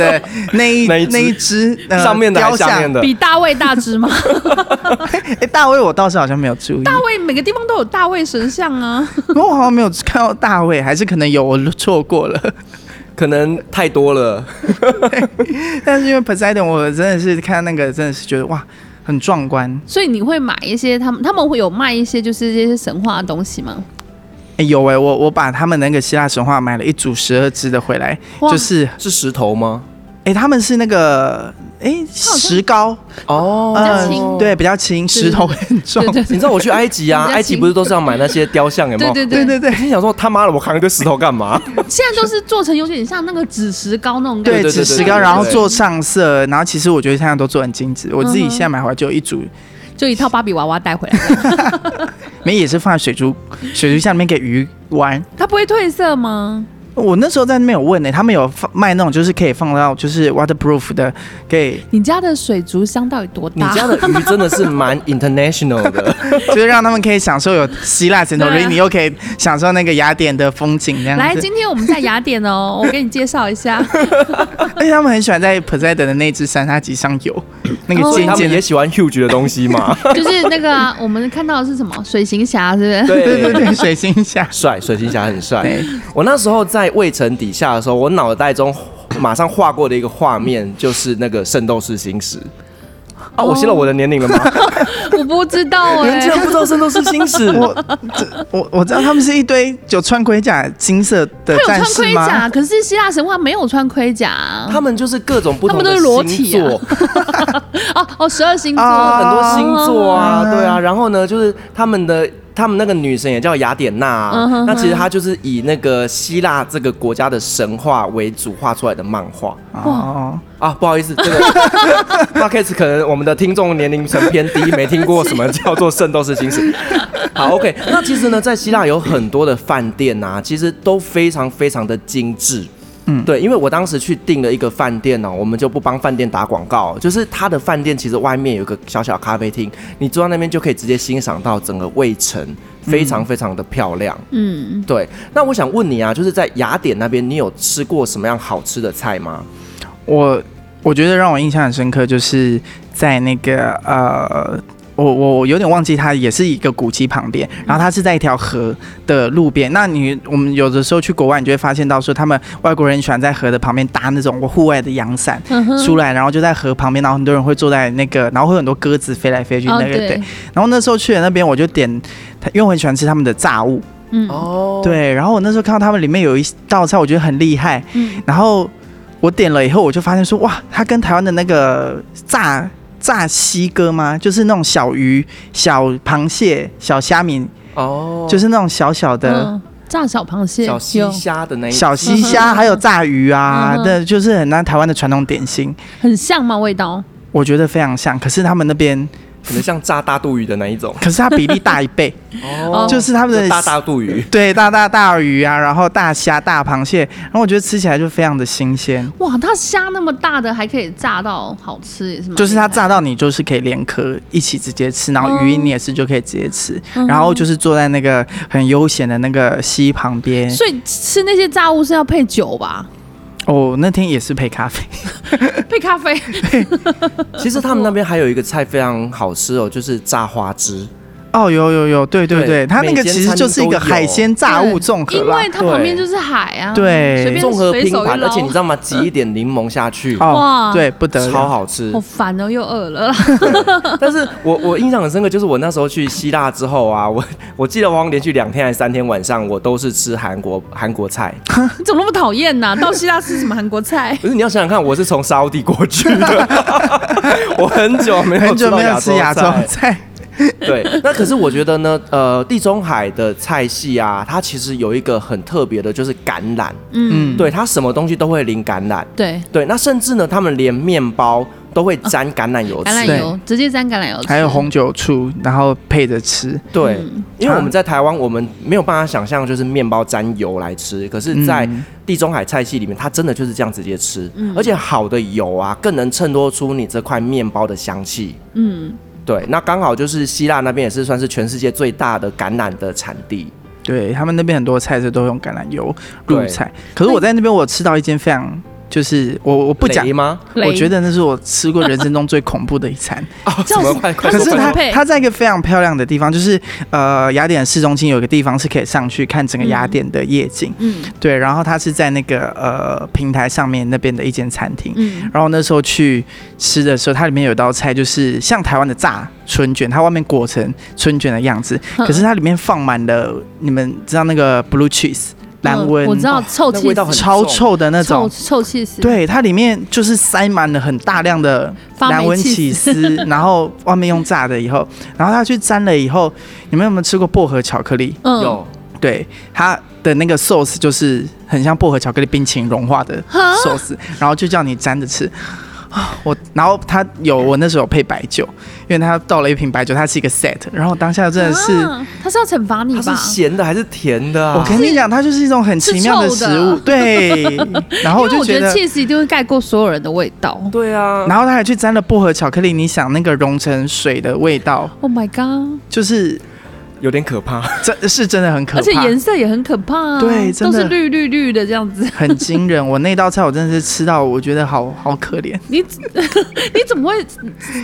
D: 那一
A: 那一只
D: 那一只呃
A: 上面的还
D: 雕
A: 是
D: 像
A: 下面的？
C: 比大卫大 只吗？
D: 哎，大卫我倒是好像没有注意，
C: 大卫每个地方都有大卫神像啊，
D: 不 过我好像没有看到大卫，还是可能有我错过了。
A: 可能太多了。
D: 但是因为 Poseidon，我真的是看那个真的是觉得哇，很壮观。
C: 所以你会买一些他们他们会有卖一些就是这些神话的东西吗？
D: 哎有哎、我我把他们那个希腊神话买了一组十二只的回来，
C: 哇
D: 就是
A: 是石头吗？
D: 哎、他们是那个哎、石膏，呃
A: 哦
C: 比较轻
D: 对，比较轻，石头很重。
C: 对对
A: 你知道我去埃及啊，
C: 比较轻
A: 埃及不是都是要买那些雕像，有没
C: 对
A: 有？
C: 对对
D: 对对 对
A: 我心想说他妈的，我扛一堆石头干嘛？
C: 现在都是做成有点像那个纸石膏那种感觉，
D: 对
A: 对对
D: 纸石膏，然后做上色，然后其实我觉得现在都做很精致。我自己现在买回来就有一组，
C: 就一套芭比娃娃带回 来，
D: 没也是放在水族水族箱里面给鱼玩。
C: 它不会褪色吗？
D: 我那时候在那边有问呢、欸他们有放卖那种就是可以放到就是 waterproof 的，可以
C: 你家的水族箱到底多
A: 你
C: 大？
A: 家的鱼真的是蛮 international 的，
D: 就是让他们可以享受有希腊神统，
C: 对啊
D: 所以你又可以享受那个雅典的风景这样
C: 来，
D: 子。
C: 今天我们在雅典 哦，我给你介绍一下。
D: 而且他们很喜欢在 Poseidon 的那只三叉戟上 游，那个
C: 哦
A: 所以
D: 尖
A: 他
D: 尖
A: 们也
D: 的。
A: 喜欢 huge 的东西 嘛。
C: 就是那个 啊、我们看到的是什么水行侠，是不是？
A: 对
D: 对对对，水星 下。
A: 帅，水行侠很帅
D: 对。
A: 我那时候在魏城底下的时候，我脑袋中马上画过的一个画面就是那个《圣斗士星矢》。哦，我泄露我的年龄了吗？
C: 我不知道
A: 你们
C: 哎、
A: 竟然不知道《圣斗士星矢》？
D: 我这我我知道他们是一堆有穿盔甲金色的
C: 他有
D: 战
C: 穿
D: 士
C: 盔
D: 吗？
C: 甲，可是希腊神话没有穿盔甲啊、
A: 他们就是各种不同
C: 他们
A: 的
C: 都是裸
A: 星
C: 体啊
A: 座，
C: 哦哦，十二星座、
D: 啊
A: 很多星座啊，对啊。然后呢，就是他们的。他们那个女神也叫雅典娜、啊，
C: 嗯哼哼
A: 那其实她就是以那个希腊这个国家的神话为主画出来的漫画
D: 哦，
A: 啊。不好意思，这个 podcast 可能我们的听众年龄层偏低，没听过什么叫做《圣斗士星矢》。好，OK，那其实呢，在希腊有很多的饭店啊，其实都非常非常的精致。嗯，对，因为我当时去订了一个饭店哦，我们就不帮饭店打广告哦，就是它的饭店其实外面有一个小小咖啡厅，你坐在那边就可以直接欣赏到整个卫城，非常非常的漂亮。
C: 嗯，
A: 对，那我想问你啊，就是在雅典那边，你有吃过什么样好吃的菜吗？
D: 我我觉得让我印象很深刻，就是在那个呃。我我我有点忘记，它也是一个古迹旁边，然后它是在一条河的路边。那你我们有的时候去国外，你就会发现到说，他们外国人喜欢在河的旁边搭那种户外的阳伞
C: 嗯哼
D: 出来，然后就在河旁边，然后很多人会坐在那个，然后会有很多鸽子飞来飞去
C: 哦
D: 那个、
C: 对
D: 对。然后那时候去的那边，我就点，因为我很喜欢吃他们的炸物，
C: 嗯
A: 哦，
D: 对，然后我那时候看到他们里面有一道菜，我觉得很厉害。
C: 嗯
D: 然后我点了以后，我就发现说，哇，它跟台湾的那个炸炸西哥吗？就是那种小鱼、小螃蟹、小虾米，
A: 哦，
D: 就是那种小小的
C: 嗯，炸小螃蟹
A: 小
C: 有
A: 西虾的那一
D: 小西虾，还有炸鱼啊
C: 嗯，哼
D: 那就是很那台湾的传统点心，
C: 很像吗？味道？
D: 我觉得非常像。可是他们那边，
A: 可能像炸大肚鱼的那一种，
D: 可是它比例大一倍，
A: 哦
D: 就是他们的
A: 大大肚 鱼。
D: 对大大大鱼啊，然后大虾、大螃蟹，然后我觉得吃起来就非常的新鲜。
C: 哇，它虾那么大的还可以炸到好吃，也是吗？
D: 就是它炸到你，就是可以连壳一起直接吃，然后
C: 哦
D: 鱼你也是就可以直接吃，
C: 嗯
D: 然后就是坐在那个很悠闲的那个溪旁边。
C: 所以吃那些炸物是要配酒 吧，
D: 哦，那天也是配咖啡，
C: 配咖啡。
A: 其实他们那边还有一个菜非常好吃哦，就是炸花枝。
D: 哦，有有有，对对
A: 对
D: 对，它
A: 每
D: 那个
A: 间
D: 其实就是一
A: 餐厅
D: 个
A: 都有
D: 海鲜炸物综合
C: 因
D: 啦
C: 为。它旁边就是海啊，
D: 对
C: 随便
A: 综合
C: 随
A: 拼
C: 手一
A: 盘，
C: 捞，
A: 而且你知道吗？挤一点柠檬下去，
D: 哦
C: 哇，
D: 对，不得
A: 超
D: 了。
A: 好吃
C: 好。 烦哦，又饿了。
A: 但是我我印象很深刻，就是我那时候去希腊之后啊， 我我记得我好像连续两天还是三天晚上，我都是吃韩国韩国菜。
C: 你怎么那么讨厌呐？到希腊吃什么韩国菜？
A: 可是你要想想看，我是从沙烏地过去的， 我很久没有
D: 很久
A: 到
D: 没有吃亚洲
A: 菜
D: 菜，嗯
A: 对，那可是我觉得呢，呃，地中海的菜系啊，它其实有一个很特别的，就是橄榄。
C: 嗯，
A: 对，它什么东西都会淋橄榄。
C: 对，
A: 对，那甚至呢，他们连面包都会沾橄榄油吃。
C: 哦橄榄油直接沾橄榄油吃，
D: 还有红酒醋，然后配着吃。
A: 对，
C: 嗯
A: 因为我们在台湾，我们没有办法想象就是面包沾油来吃，可是，在
D: 嗯
A: 地中海菜系里面，它真的就是这样直接吃，
C: 嗯
A: 而且好的油啊，更能衬托出你这块面包的香气。
C: 嗯，
A: 对，那刚好就是希腊那边也是算是全世界最大的橄榄的产地。
D: 对他们那边很多菜是都用橄榄油
A: 对
D: 入菜，可是我在那边我吃到一间非常，就是我我不讲
A: 雷吗？
D: 我觉
C: 得
D: 得那是我吃过人生中最恐怖的一餐。
A: 啊， 怎
C: 叫
A: 么
C: 什么
A: 快快
D: 可
A: 说
D: 是
A: 快
D: 它
A: 说！
C: 配
D: 它在一个非常漂亮的地方，就是呃雅典市中心有一个地方是可以上去看整个雅典的夜景。
C: 嗯
D: 对，然后它是在那个呃平台上面那边的一间餐厅。
C: 嗯
D: 然后那时候去吃的时候，它里面有一道菜就是像台湾的炸春卷，它外面裹成春卷的样子，
C: 嗯
D: 可是它里面放满了你们知道那个 blue cheese 蓝哦
C: 嗯
D: 温，
C: 我知道臭
A: 那
C: 气
A: 味道
C: 死
A: 很
D: 超臭的那种
C: 臭，臭气死，
D: 对，它里面就是塞满了很大量的
C: 发霉
D: 蓝纹起
C: 起
D: 司，然后外面用炸的以后，然后它去沾了以后，你们有没有吃过薄荷巧克力？
C: 嗯，
A: 有
D: 对，它的那个 sauce 就是很像薄荷巧克力冰淇淋融化的
C: 哈
D: sauce，然后就叫你沾着吃。啊，我然后他有我那时候有配白酒，因为他倒了一瓶白酒，它是一个 set，然后我当下真的是。
C: 啊他是要惩罚你
A: 它
C: 吧
A: 是？咸的还是甜的啊？
D: 我跟你讲，它就是一种很奇妙的
C: 是
D: 食
C: 臭的
D: 物， 对。然后我
C: 因为
D: 就
C: 我
D: 觉
C: 觉得
D: 得
C: cheese 一定会盖过所有人的味道。
A: 对啊，
D: 然后他还去沾了薄荷巧克力，你想那个溶成水的味道，
C: Oh my god！
D: 就是
A: 有点可怕。
D: 真是真的很可怕，
C: 而且颜色也很可怕、啊，
D: 对真
C: 都
D: 的
C: 是绿绿绿的这样子。
D: 很惊人。我那道菜我真的是吃到，我觉得好好可怜。
C: 你 你怎么会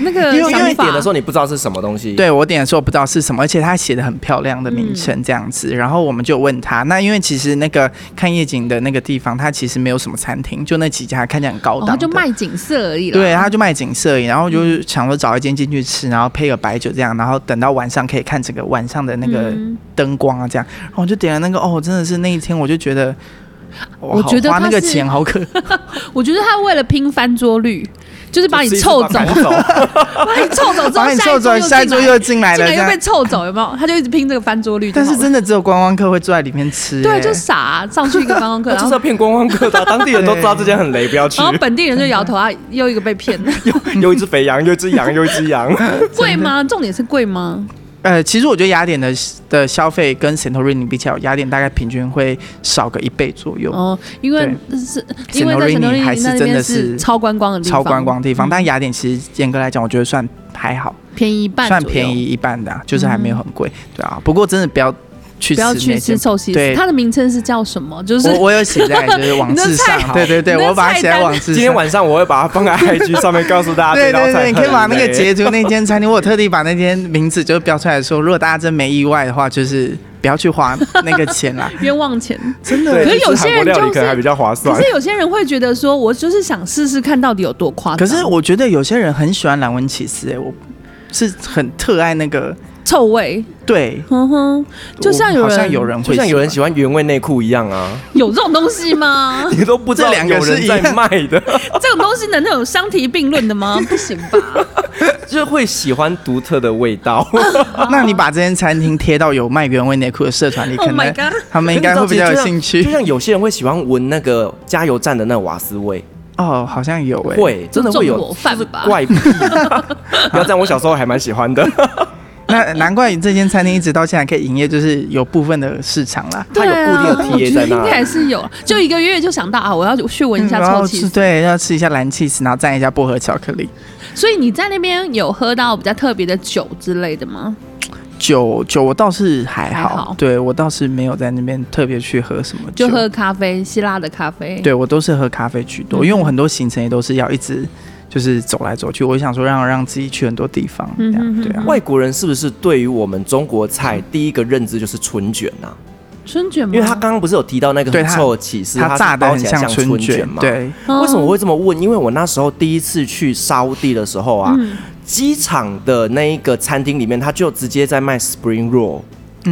C: 那个
D: 因为
A: 因
C: 想
A: 为
C: 法？
A: 点的时候你不知道是什么东西，，
D: 对我点的时候不知道是什么，而且他写的很漂亮的
C: 嗯
D: 名称这样子，然后我们就问他，那因为其实那个看夜景的那个地方，它其实没有什么餐厅，就那几家看起来很高
C: 哦，
D: 档的、
C: 他就卖嗯景色而已啦。嗯
D: 对，他就卖景色而已，然后就是想说找一间进去吃，然后配个白酒这样，然后等到晚上可以看整个晚上的那个
C: 嗯
D: 灯光啊这样，然后我就点了那个哦，真的是那一天我就觉得。哇
C: 我
D: 好
C: 觉得
D: 花
C: 他
D: 那个
C: 是
D: 钱好可，
C: 我觉得他为了拼翻桌率，就是把你
A: 就是一直
C: 臭走
A: 把， 它赶
C: 把你臭走之后，
D: 把你臭走，下
C: 下
D: 一
C: 一
D: 桌
C: 桌
D: 又
C: 又
D: 进来
C: 进
D: 了，
C: 来
D: 这
C: 又
D: 样
C: 被。臭走，有没有？他就一直拼这个翻桌率就
D: 但
C: 好了。
D: 是真的只有观光客会坐在里面吃、
C: 对，
D: 哎
C: 就傻、啊上去一个观 光客，
A: 那
C: 然
A: 就是
C: 后
A: 要骗观光客的啊，当地人都知道这间很雷，不要去
C: 然。后本地人就 摇头啊，又一个被骗，
A: 有一只肥羊，有一只羊，有一只羊。
C: 贵吗？重点是贵吗？
D: 呃，其实我觉得雅典的的消费跟 Santorini 比起来，雅典大概平均会少个一倍左右。
C: 哦，因为是因为在
D: Santorini
C: 圣罗
D: 还
C: 利
D: 是
C: 那
D: 真的
C: 边
D: 是
C: 超观光的地方，
D: 超观光地方，
C: 嗯
D: 但雅典其实严格来讲，我觉得算还好，
C: 便宜一半，嗯
D: 算便宜，一半的啊、就是还没有很贵，对啊。不过真的不要去
C: 不要
D: 吃
C: 去
D: 那
C: 吃
D: 间，
C: 寿司
D: 对，
C: 它的名称是叫什么？就是
D: 我我有写在就是网
C: 你
D: 志
C: 的菜
D: 上，对对对，
C: 你的
D: 我把它
C: 菜
D: 写在
C: 单
D: 网志上。
A: 今天晚上我会把它放在 IG 上面，告诉
C: 啊
A: 大家
D: 对
A: 这道
D: 对
A: 菜
D: 对，
A: 很
D: 你可以把那个
A: 雷
D: 截图那间餐厅，我有 特地把那间名字就标出来说，如果大家真没意外的话，就是不要去花那个钱 啦。
C: 冤枉钱。
D: 真的
A: 对，
C: 可是有
A: 就是
C: 些人
A: 韩国料理可
C: 就是
A: 能还比较划
C: 可
A: 算
C: 是。有些人会觉得说，我就是想试试看到底有多夸
D: 可
C: 张。
D: 是我觉得有些人很喜欢蓝纹起司、欸，我是很特爱那个。
C: 臭味，
D: 对，
C: 哼哼，就像有
D: 我好
C: 人
D: 像有人
A: 就
D: 会，
A: 像有人喜欢原味内裤一样 啊，
C: 有这种东西吗？
A: 你都不知道
D: 这两个
A: 有
D: 是
A: 人
D: 一
A: 在
D: 样
A: 卖的，
C: 这种东西能那种相提并论的吗？不行 吧？
A: 就是会喜欢独特的味 道。
D: 欢。那你把这间餐厅贴到有卖原味内裤的社团里，
C: Oh
D: 可
C: my
D: 能
C: god
D: 他们应该会比较有兴
A: 就像就
D: 趣。
A: 像有些人会喜欢闻那个加油站的那瓦斯味，
D: 哦，好像有诶、
A: 会真的会有
C: 纵火犯吧
A: 怪 癖。不要这样，我小时候还蛮喜欢的。
D: 嗯那难怪这间餐厅一直到现在可以营业，就是有部分的市场啦。
A: 它有固定的
C: 对啊
A: TA 在
C: 我觉得应该
A: 那
C: 还是有，就一个月就想到啊，我要去闻一下
D: 嗯然
C: 臭
D: 后
C: 气
D: 吃。对，要吃一下蓝气司，然后蘸一下薄荷巧克力。
C: 所以你在那边有喝到比较特别的酒之类的吗？
D: 酒酒我倒是还好，
C: 还好
D: 对我倒是没有在那边特别去喝什么酒，
C: 就喝咖啡，希腊的咖啡。
D: 对我都是喝咖啡居多，因为我
C: 嗯
D: 很多行程也都是要一直就是走来走去，我想说让让自己去很多地方，这
C: 嗯
D: 样、
C: 哼
D: 对啊。
A: 外国人是不是对于我们中国菜第一个认知就是春卷啊？
C: 春卷吗？
A: 因为他刚刚不是有提到那个
D: 嗯对
A: 很
D: 它
A: 臭的起司，
D: 它
A: 是
D: 炸的
A: 包
D: 很
A: 起来像
D: 春
A: 卷嘛？。
D: 对，
C: 哦
A: 为什么我会这么问？因为我那时候第一次去沙乌地的时候啊，
D: 嗯
A: 机场的那一个餐厅里面，他就直接在卖 spring roll。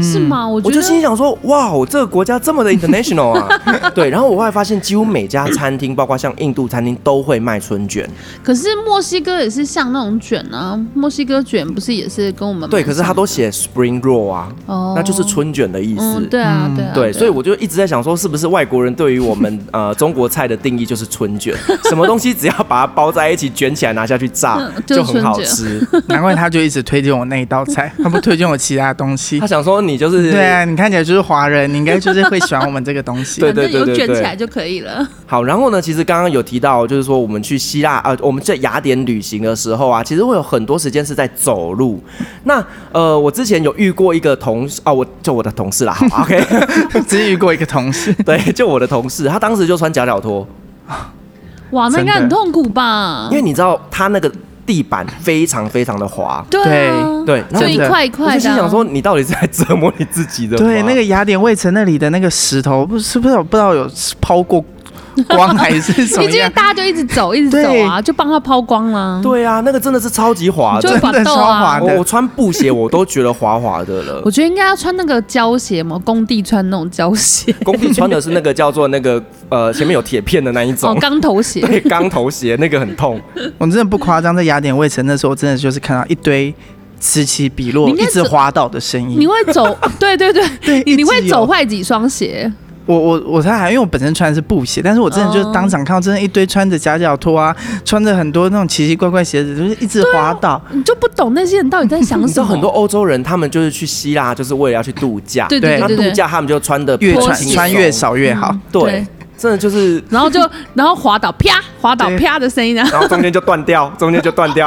C: 是吗？我
A: 嗯我
C: 觉
A: 就心里
C: 得
A: 想说，哇，这个国家这么的 international 啊！对，然后我后来发现，几乎每家餐厅，包括像印度餐厅，都会卖春卷。
C: 可是墨西哥也是像那种卷啊，墨西哥卷不是也是跟我们
A: 对，
C: 蛮
A: 可是他
C: 像
A: 都写 spring roll 啊，
C: 嗯哦
A: 那就是春卷的意思。
C: 嗯，对啊，对啊，
A: 对，所以我就一直在想说，是不是外国人对于我 们呃中国菜的定义就是春卷，什么东西只要把它包在一起卷起来拿下去炸
C: 嗯， 就是
A: 就很好
C: 春卷
A: 吃。
D: 难怪他就一直推荐我那一道菜，他不推荐我其他东西
A: 他。想说你就是
D: 对啊，你看起来就是华人，你应该就是会喜欢我们这个东西。
A: 对
C: 反正有
A: 对对
C: 卷
A: 对
C: 起来就可 以了。
A: 好，然后呢，其实刚刚有提到，就是说我们去希腊呃，我们在雅典旅行的时候啊，其实会有很多时间是在走路。那呃，我之前有遇过一个同事啊，我就我的同事啦好，OK，
D: 只是遇过一个同事，
A: 对，就我的同事，他当时就穿夹脚拖，
C: 哇，那应该
D: 真的
C: 很痛苦吧？
A: 因为你知道他那个地板非常非常的滑，
C: 对啊，
A: 对然后
C: 就一
D: 真的
C: 块一
A: 我
C: 块
A: 就
C: 的
A: 心
C: 啊。
A: 想说，你到底是在折磨你自己的吗？
D: 对那个雅典卫城那里的那个石头，不是不是不知道有抛过光 还是什么
C: 毕竟
D: 样，
C: 大家就一直走，一直走啊，就帮他抛光啦、
A: 对啊，那个真的是超级滑
C: 就
A: 的。
C: 把
D: 真的
C: 豆
D: 超滑
C: 啊。
D: 的
A: 哦我我穿布鞋我都觉得滑滑的了
C: 我。觉得应该要穿那个胶鞋嘛，工地穿那种胶 鞋，
A: 工地穿的是那个叫做那个呃前面有铁片的那一
C: 哦
A: 种，，
C: 钢头鞋。
A: 对，钢头鞋那个很 痛。
D: 我真的不夸张，在雅典卫城那时候，真的就是看到一堆此起彼落、
C: 你应该
D: 一直
C: 走
D: 滑倒的声
C: 你
D: 音。
C: 会走，对对对，
D: 对一直哦
C: 你会
D: 有
C: 走坏几双鞋？
D: 我我我才还因为我本身穿的是布鞋，但是我真的
C: 哦
D: 就是当场看到真的一堆穿着夹脚拖啊，穿着很多那种奇奇怪怪鞋子，就是一直
C: 啊
D: 滑倒。
C: 你就不懂那些人到底在想
A: 你知
C: 什
A: 道
C: 么。
A: 很多欧洲人，他们就是去希腊，就是为了要去度假。
C: 对对
D: 对
A: 那
C: 对
A: 度
C: 对对，
A: 假他们就穿的
D: 越
C: 拖
D: 穿
C: 鞋
D: 穿越。少越好。
A: 对，真的就是，
C: 然后就然后滑倒啪滑倒
D: 对
C: 啪的声音 啊，
A: 然后中间就断掉， 中间就断 掉，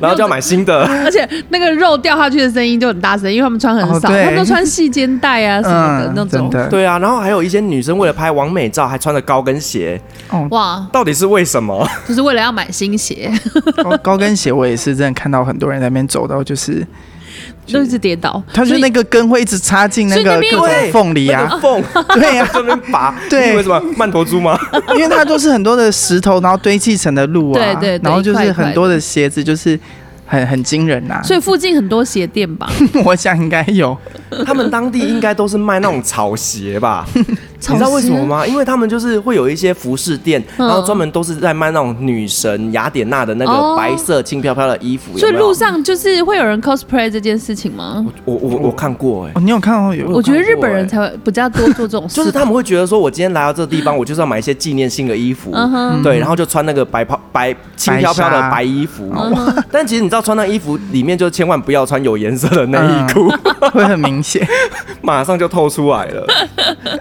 A: 然后就要买新的。
C: 而且那个肉掉下去的声音就很大声，因为他们穿很少，
D: 哦对
C: 他们都穿细肩带啊什么的、那
D: 嗯真
C: 种。
D: 的，
A: 对啊，然后还有一些女生为了拍完美照还穿着高跟鞋，
C: 哇，
A: 到底是为什么？
C: 就是为了要买新鞋，
D: 高高跟鞋我也是真的看到很多人在那边走到，就是
C: 都一直跌倒。
D: 他就
C: 所以
D: 那个跟会一直插进那个
C: 所以那边
D: 各种缝里
A: 那
D: 啊
A: 个，缝，
D: 对呀、
A: 这边拔，
D: 对
A: 你以为什么曼陀珠吗？
D: 因为它都是很多的石头，然后堆砌成的路啊，
C: 对对对
D: 然后就
C: 一块一
D: 是
C: 块的
D: 很多的鞋子，就是很很惊人呐、
C: 所以附近很多鞋店吧，
D: 我想应该有，
A: 他们当地应该都是卖那种草鞋 吧？
C: 草
A: 你知道为什么吗？因为他们就是会有一些服饰店，
C: 嗯
A: 然后专门都是在卖那种女神雅典娜的那
C: 哦
A: 个白色轻飘飘的衣服。有
C: 所以
A: 没有
C: 路上就是会有人 cosplay 这件事情吗？
A: 我我我看过哎、
D: 哦，你有看到有？
C: 我觉得日本人
A: 欸
C: 才会比较多做这种事，
A: 就是他们会觉得说，我今天来到这个地方，我就是要买一些纪念性的衣服
C: 嗯哼
A: 对，然后就穿那个白袍、白轻飘飘的
D: 白纱
A: 白衣服。
C: 嗯哼
A: 但其实你知道，穿那衣服里面就千万不要穿有颜色的内衣裤，
C: 嗯
D: 会很明 显，
A: 马上就透出来 了。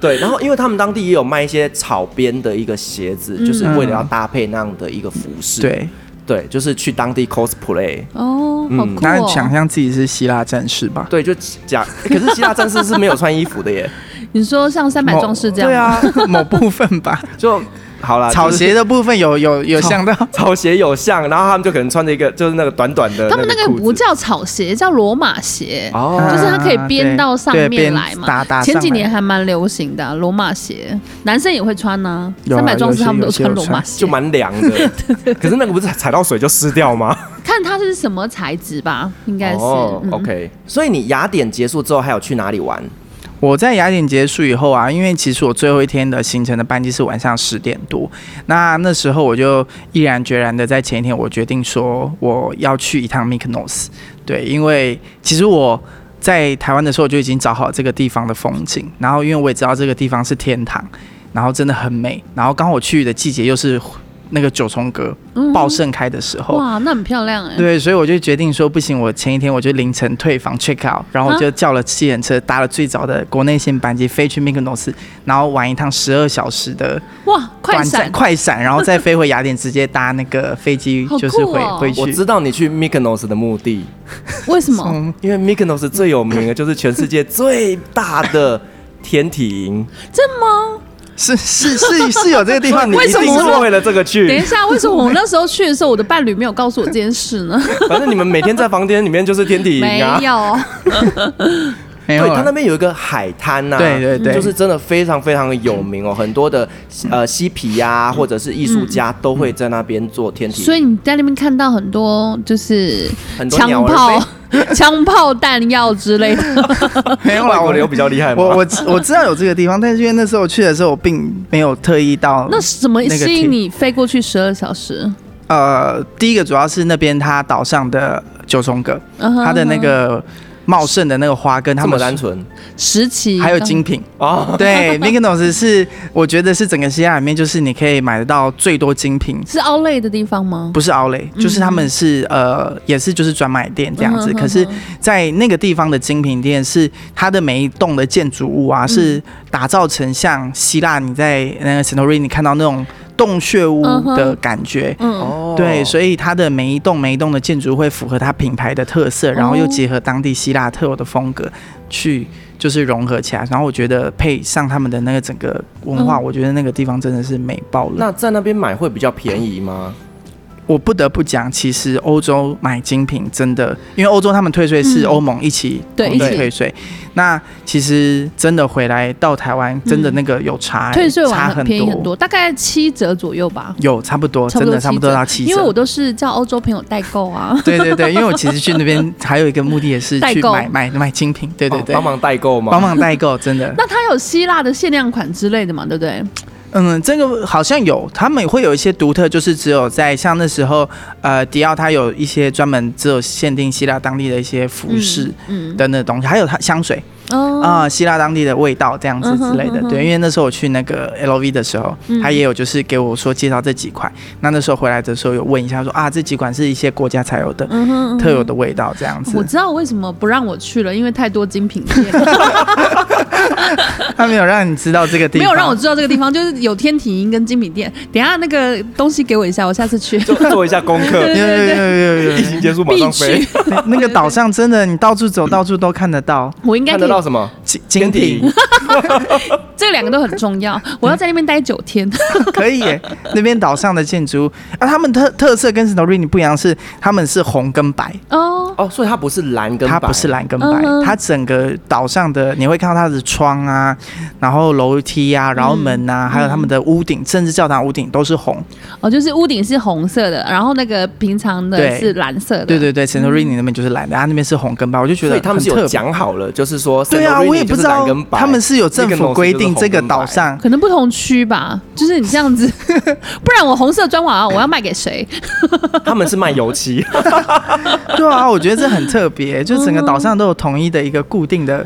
A: 对，然后因为他们当地也有卖一些草编的一个鞋子，就是为了要搭配那样的一个服饰。
D: 嗯对，
A: 对，就是去当地 cosplay。
C: 哦，好酷
D: 然后你想
C: 哦！
D: 象自己是希腊战士吧？
A: 对，就 假，可是希腊战士是没有穿衣服的耶。
C: 你说像三百壮士这样，
D: 对，啊， 某部分 吧，
A: 就好啦，
D: 草
A: 啊就是
D: 鞋的部分有有有
A: 草
D: 想到，
A: 草鞋有像，然后他们就可能穿着一个就是那个短短的
C: 他们那个
A: 裤子
C: 不叫草鞋，叫罗马鞋。
A: 哦，
C: 就是它可以
D: 啊
C: 编
D: 对
C: 到上
D: 对
C: 面
D: 编
C: 来嘛，
D: 打打上
C: 前几
D: 来
C: 年还蛮流行的啊罗、马鞋，男生也会穿呢、
D: 有啊
C: 三百壮士他们都
D: 有些
C: 穿
D: 有
C: 罗
D: 穿
C: 马鞋，
A: 就蛮凉 的。可是那个不是踩到水就湿掉吗？
C: 看它是什么材质吧，应该是。
A: 哦
C: 嗯
A: ，OK。所以你雅典结束之后还有去哪里玩？
D: 我在雅典结束以后啊，因为其实我最后一天的行程的班机是晚上十点多，那那时候我就毅然决然的在前一天，我决定说我要去一趟 Mykonos，对，因为其实我。在台湾的时候，我就已经找好这个地方的风景，然后因为我也知道这个地方是天堂，然后真的很美，然后刚好我去的季节又是那个九重阁爆盛开的时候，
C: 哇，那很漂亮哎、
D: 哦对，所以我就决定说，不行，我前一天我就凌晨退房 check out，然后我
C: 啊
D: 就叫了七人车，搭了最早的国内线班机飞去 Mykonos，然后玩一趟十二小时的
C: 哇，快
D: 短
C: 闪
D: 暂！快闪，然后再飞回雅典，直接搭那个飞机
C: 好
D: 就是
C: 酷
D: 回、
C: 哦
D: 回
A: 我
D: 去
A: 知。道你去 Mykonos 的目的，
C: 为什么？
D: 嗯
A: 因为 Mykonos 最有名的就是全世界最大的天体营，
C: 这吗？
D: 是是是是 有这个地方，你
A: 一
C: 为什么
A: 定是为了这个
C: 等
A: 去。
C: 一下，为什么我那时候去的时候，我的伴侣没有告诉我这件事 呢？
A: 反正你们每天在房间里面就是天体
C: 没
A: 营啊。
C: 有，
D: 没有
A: 对，它那
D: 啊？
A: 边有一个海滩呐、
D: 对对对
A: 就是真的非常非常的有名哦，很多的呃嬉皮呀、或者是艺术家都会在那边做天体，
C: 所以你在那边看到很多就是
A: 很多鸟
C: 枪
A: 儿
C: 炮
A: 飞、
C: 枪炮弹药之类的。
D: 没有
A: 外
D: 啦，
A: 国
D: 我
A: 人有比较厉害吗？
D: 我我知我知道有这个地方，但是因为那时候我去的时候，我并没有特意到
C: 那怎么
D: 那个
C: 吸引
D: 天
C: 你飞过去十二小时？
D: 呃，第一个主要是那边它岛上的九重阁，
C: 嗯哼
D: 它的那个茂盛的那个花跟它
A: 这么
D: 们
A: 单纯
C: 时期
D: 还有精品。
A: 啊！
D: 对 m i k o n o s 是我觉得是整个西亚里面，就是你可以买得到最多精品，
C: 是奥类的地方吗？
D: 不是 Outlet，就是他们是、呃也是就是专卖店这样子。
C: 嗯嗯哼
D: 可是，在那个地方的精品店是它的每一栋的建筑物
C: 嗯
D: 啊，是打造成像希腊你在那个 Santorini 你看到那种洞穴屋
C: 嗯哼
D: 的感觉。
C: 嗯，
A: 哦
D: 对，所以它的每一栋每一栋的建筑会符合它品牌的特色，然后又结合当地希腊特有的风格去就是融合起来。然后我觉得配上他们的那个整个文化，
C: 嗯
D: 我觉得那个地方真的是美爆了。
A: 那在那边买会比较便宜吗？
D: 我不得不讲，其实欧洲买精品真的，因为欧洲他们退税是
C: 嗯
D: 欧盟一起、
C: 对
D: 同
A: 一起
D: 退税，那其实真的回来到台湾，真的那个有差、欸
C: 嗯退税
D: 差
C: 完很便宜很多，
D: 多，
C: 大概七折左右吧，
D: 有差不多，
C: 差
D: 真
C: 不多
D: 的差不多
C: 折
D: 到七折。
C: 因为我都是叫欧洲朋友代购啊。
D: 对对对，因为我其实去那边还有一个目的也是
C: 代
D: 去
C: 购
D: 买买买精品，对对
A: 哦
D: 对，
A: 帮忙代购吗？
D: 帮忙代 购，真的，
C: 那它有希腊的限量款之类的嘛，对不对？
D: 嗯，这个好像有，他们会有一些独特，就是只有在像那时候，呃，迪奥它有一些专门只有限定希腊当地的一些服饰
C: 嗯，
D: 等等的东西，还有它香水，
C: 哦
D: 啊、希腊当地的味道这样子之类的。
C: 嗯哼嗯嗯哼
D: 对，因为那时候我去那个 LV 的时候，他也有就是给我说介绍这几款。那那时候回来的时候有问一下说啊，这几款是一些国家才有的、
C: 嗯哼嗯哼
D: 特有的味道这样子
C: 我。知道为什么不让我去了，因为太多精品店，
D: 他没有让你知道这个地
C: 没
D: 方，
C: 有让我知道这个地方就是有天体营跟精品店。等一下那个东西给我一下，我下次去。
A: 做做一下功课，
D: 有。有有有有有
A: 疫情结束马
C: 必
A: 上飞
C: 去，，
D: 那那个岛上真的，你到处走，到处都看得到
C: 我应该
A: 看得
C: 可以
A: 到什么？
D: 精
A: 天
D: 精品，
C: 这两个都很重要。我要在那边待九天，
D: 可以耶。那边岛上的建筑物啊，他们特特色跟史努瑞尼不一样，是他们是红跟白，
C: 哦，
A: 哦，所以它不是蓝跟白，
D: 它不是蓝跟白
C: 嗯，哼
D: 它整个岛上的你会看到它的窗啊，然后楼梯啊，然后门
C: 嗯
D: 啊，还有他们的屋顶，甚至教堂屋顶都是红。
C: 哦，就是屋顶是红色的，然后那个平常的
D: 对
C: 是蓝色的。
D: 对对对，史努瑞尼那边就是蓝的，它那边是红跟白，我就觉
A: 所
D: 得
A: 以他们
D: 啊很
A: 是有
D: 特别。
A: 讲好了，就是说，
D: 对啊，我也不知道
A: 跟白，
D: 他们是有政府规定这个岛上
C: 可能不同区吧，就是你这样子，不然我红色砖瓦我要卖给谁？
A: 他们是卖油 漆，
D: 对啊，我觉得这很特
C: 嗯
D: 别，就整个岛上都有统一的一个固定的。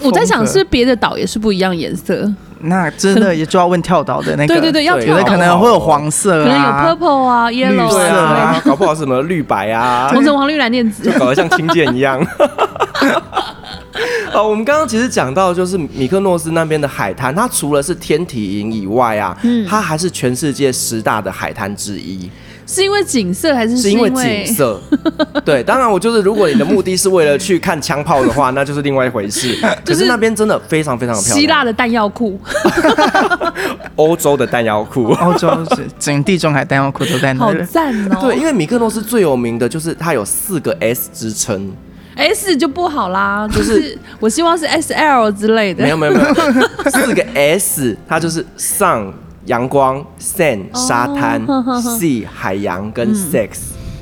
C: 我在想
D: 风格
C: 是别的岛也是不一样颜色，
D: 那真的也就要问跳岛的那个，
C: 对对对，要
A: 对
D: 有
C: 跳
D: 的
C: 岛
D: 可能会有黄色
C: 可能有
D: 啊，
C: purple 啊、yellow
D: 绿
A: 对
D: 色
C: 啊
A: 啊，搞不好是什么绿白啊
C: 之类的，，红橙黄绿蓝靛紫
A: 就。 搞得像清剑一样。 哦，我们刚刚其实讲到，就是米克诺斯那边的海滩，它除了是天体营以外啊，
C: 嗯
A: 它还是全世界十大的海滩之一，
C: 是因为景色还是
A: 是因为景？色。 对，当然我就是，如果你的目的是为了去看枪炮的话，那就是另外一回 事。可是那边真的非常非常的漂亮，
C: 希腊的弹药库，
A: 欧洲的弹药库。
C: 哦
D: 欧洲是哦整地中海弹药库都在那
C: 好
D: 里。
C: 赞哦！
A: 对，因为米克诺斯最有名的就是它有四个 S 之称，
C: S 就不好啦，就是我希望是 SL 之类的。
A: 没有没有没有，四个 S，它就是上阳光、sun 沙滩、
C: 哦呵呵嗯呵
A: sea 海洋跟 sex。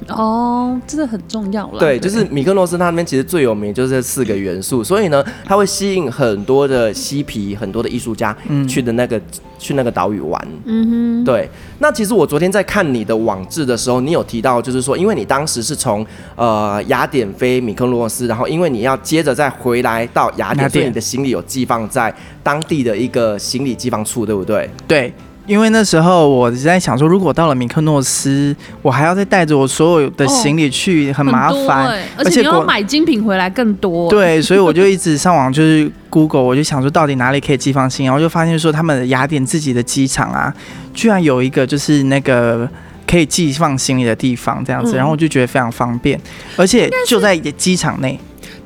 C: 哦，这个很重要了。
A: 对，就是米克诺斯它那边其实最有名就是这四个元素，所以呢，它会吸引很多的嬉皮、很多的艺术家去的那个、去那个岛屿玩。嗯嗯哼，对。那其实我昨天在看你的网志的时候，你有提到，就是说，因为你当时是从呃雅典飞米克诺斯，然后因为你要接着再回来到雅典，
D: 雅典
A: 所以你的行李有寄放在当地的一个行李寄放处，对不对？
D: 对，因为那时候我在想说，如果到了米克诺斯，我还要再带着我所有
C: 哦
D: 的行李去，很
C: 很
D: 麻
C: 多
D: 烦
C: 欸，而且你要
D: 国。
C: 买精品回来更多。，
D: 对，所以我就一直上网就是 Google，我就想说到底哪里可以寄放行李，然后就发现说他们雅典自己的机场啊，居然有一个就是那个可以寄放行李的地方这样
C: 嗯
D: 子，然后我就觉得非常方便，而且就在机场内，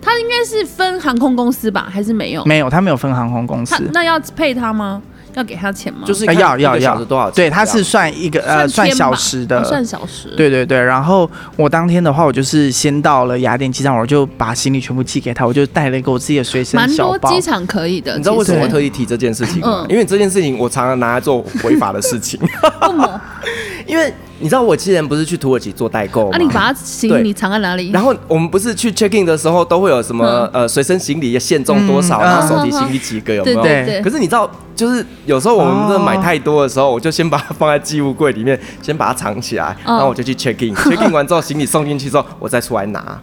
C: 它应该是分航空公司吧，还是没有？
D: 没有，他没有分航空公司
C: 它，那要配它吗？要给他钱吗？
A: 就是
D: 呃
A: 看
D: 要要
A: 一个小时
D: 要
A: 多少钱？
D: 对，它是算一个呃算
C: 天吧
D: 小时的，
C: 哦算小时。，
D: 对对对，然后我当天的话，我就是先到了雅典机场，我就把行李全部寄给他，我就带了一个我自己的随身
C: 蛮
D: 小
C: 多
D: 包
C: 机。场可以的。
A: 你知道为什么我
C: 其
A: 特
C: 实
A: 意提这件事情吗？
C: 嗯
A: 因为这件事情我常常拿来做违法的事情。
C: 为什么？
A: 因为你知道我之前不是去土耳其做代购吗？
C: 啊，你把它行李藏在哪里？
A: 然后我们不是去 check in 的时候都会有什么、
C: 嗯
A: 呃随身行李限重多少，
D: 嗯
A: 然后
D: 嗯
A: 手提行李几个有没有？
C: 对对对
A: 可是你知道，就是有时候我们真的
D: 哦
A: 买太多的时候，我就先把它放在寄物柜里面，先把它藏起来，
C: 嗯
A: 然后我就去 check in。check in 完之后，行李送进去之后，我再出来拿。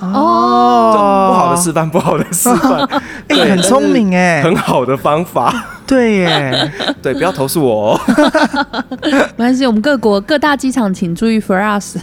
C: 哦，
A: 就不好的示范，不好的示 范，
D: 哎、很聪明
C: 欸
D: 哎、
A: 很好的方法。
D: 对耶，
A: 对，不要投诉我 哦。
C: 没关系，我们各国各大机场请注意 for us。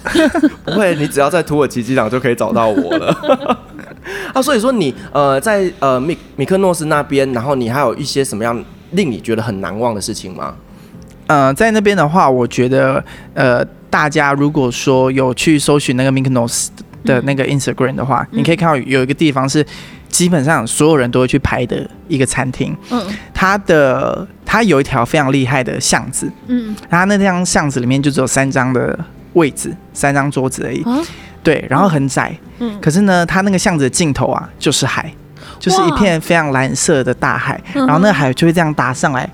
A: 不会，你只要在土耳其机场就可以找到我了。 啊，所以说你呃在呃米米克诺斯那边，然后你还有一些什么样令你觉得很难忘的事情吗？
D: 呃，在那边的话，我觉得呃，大家如果说有去搜寻那个 Mykonos 的那个 Instagram 的话，你可以看到有一个地方是基本上所有人都会去拍的一个餐厅，
C: 嗯
D: 它的它有一条非常厉害的巷子，
C: 嗯
D: 它那条巷子里面就只有三张的位置，三张桌子而已。
C: 啊，
D: 对，然后很窄，
C: 嗯
D: 可是呢，它那个巷子的尽头啊，就是海，就是一
C: 哇
D: 片非常蓝色的大海，然后那个海就会这样打上来，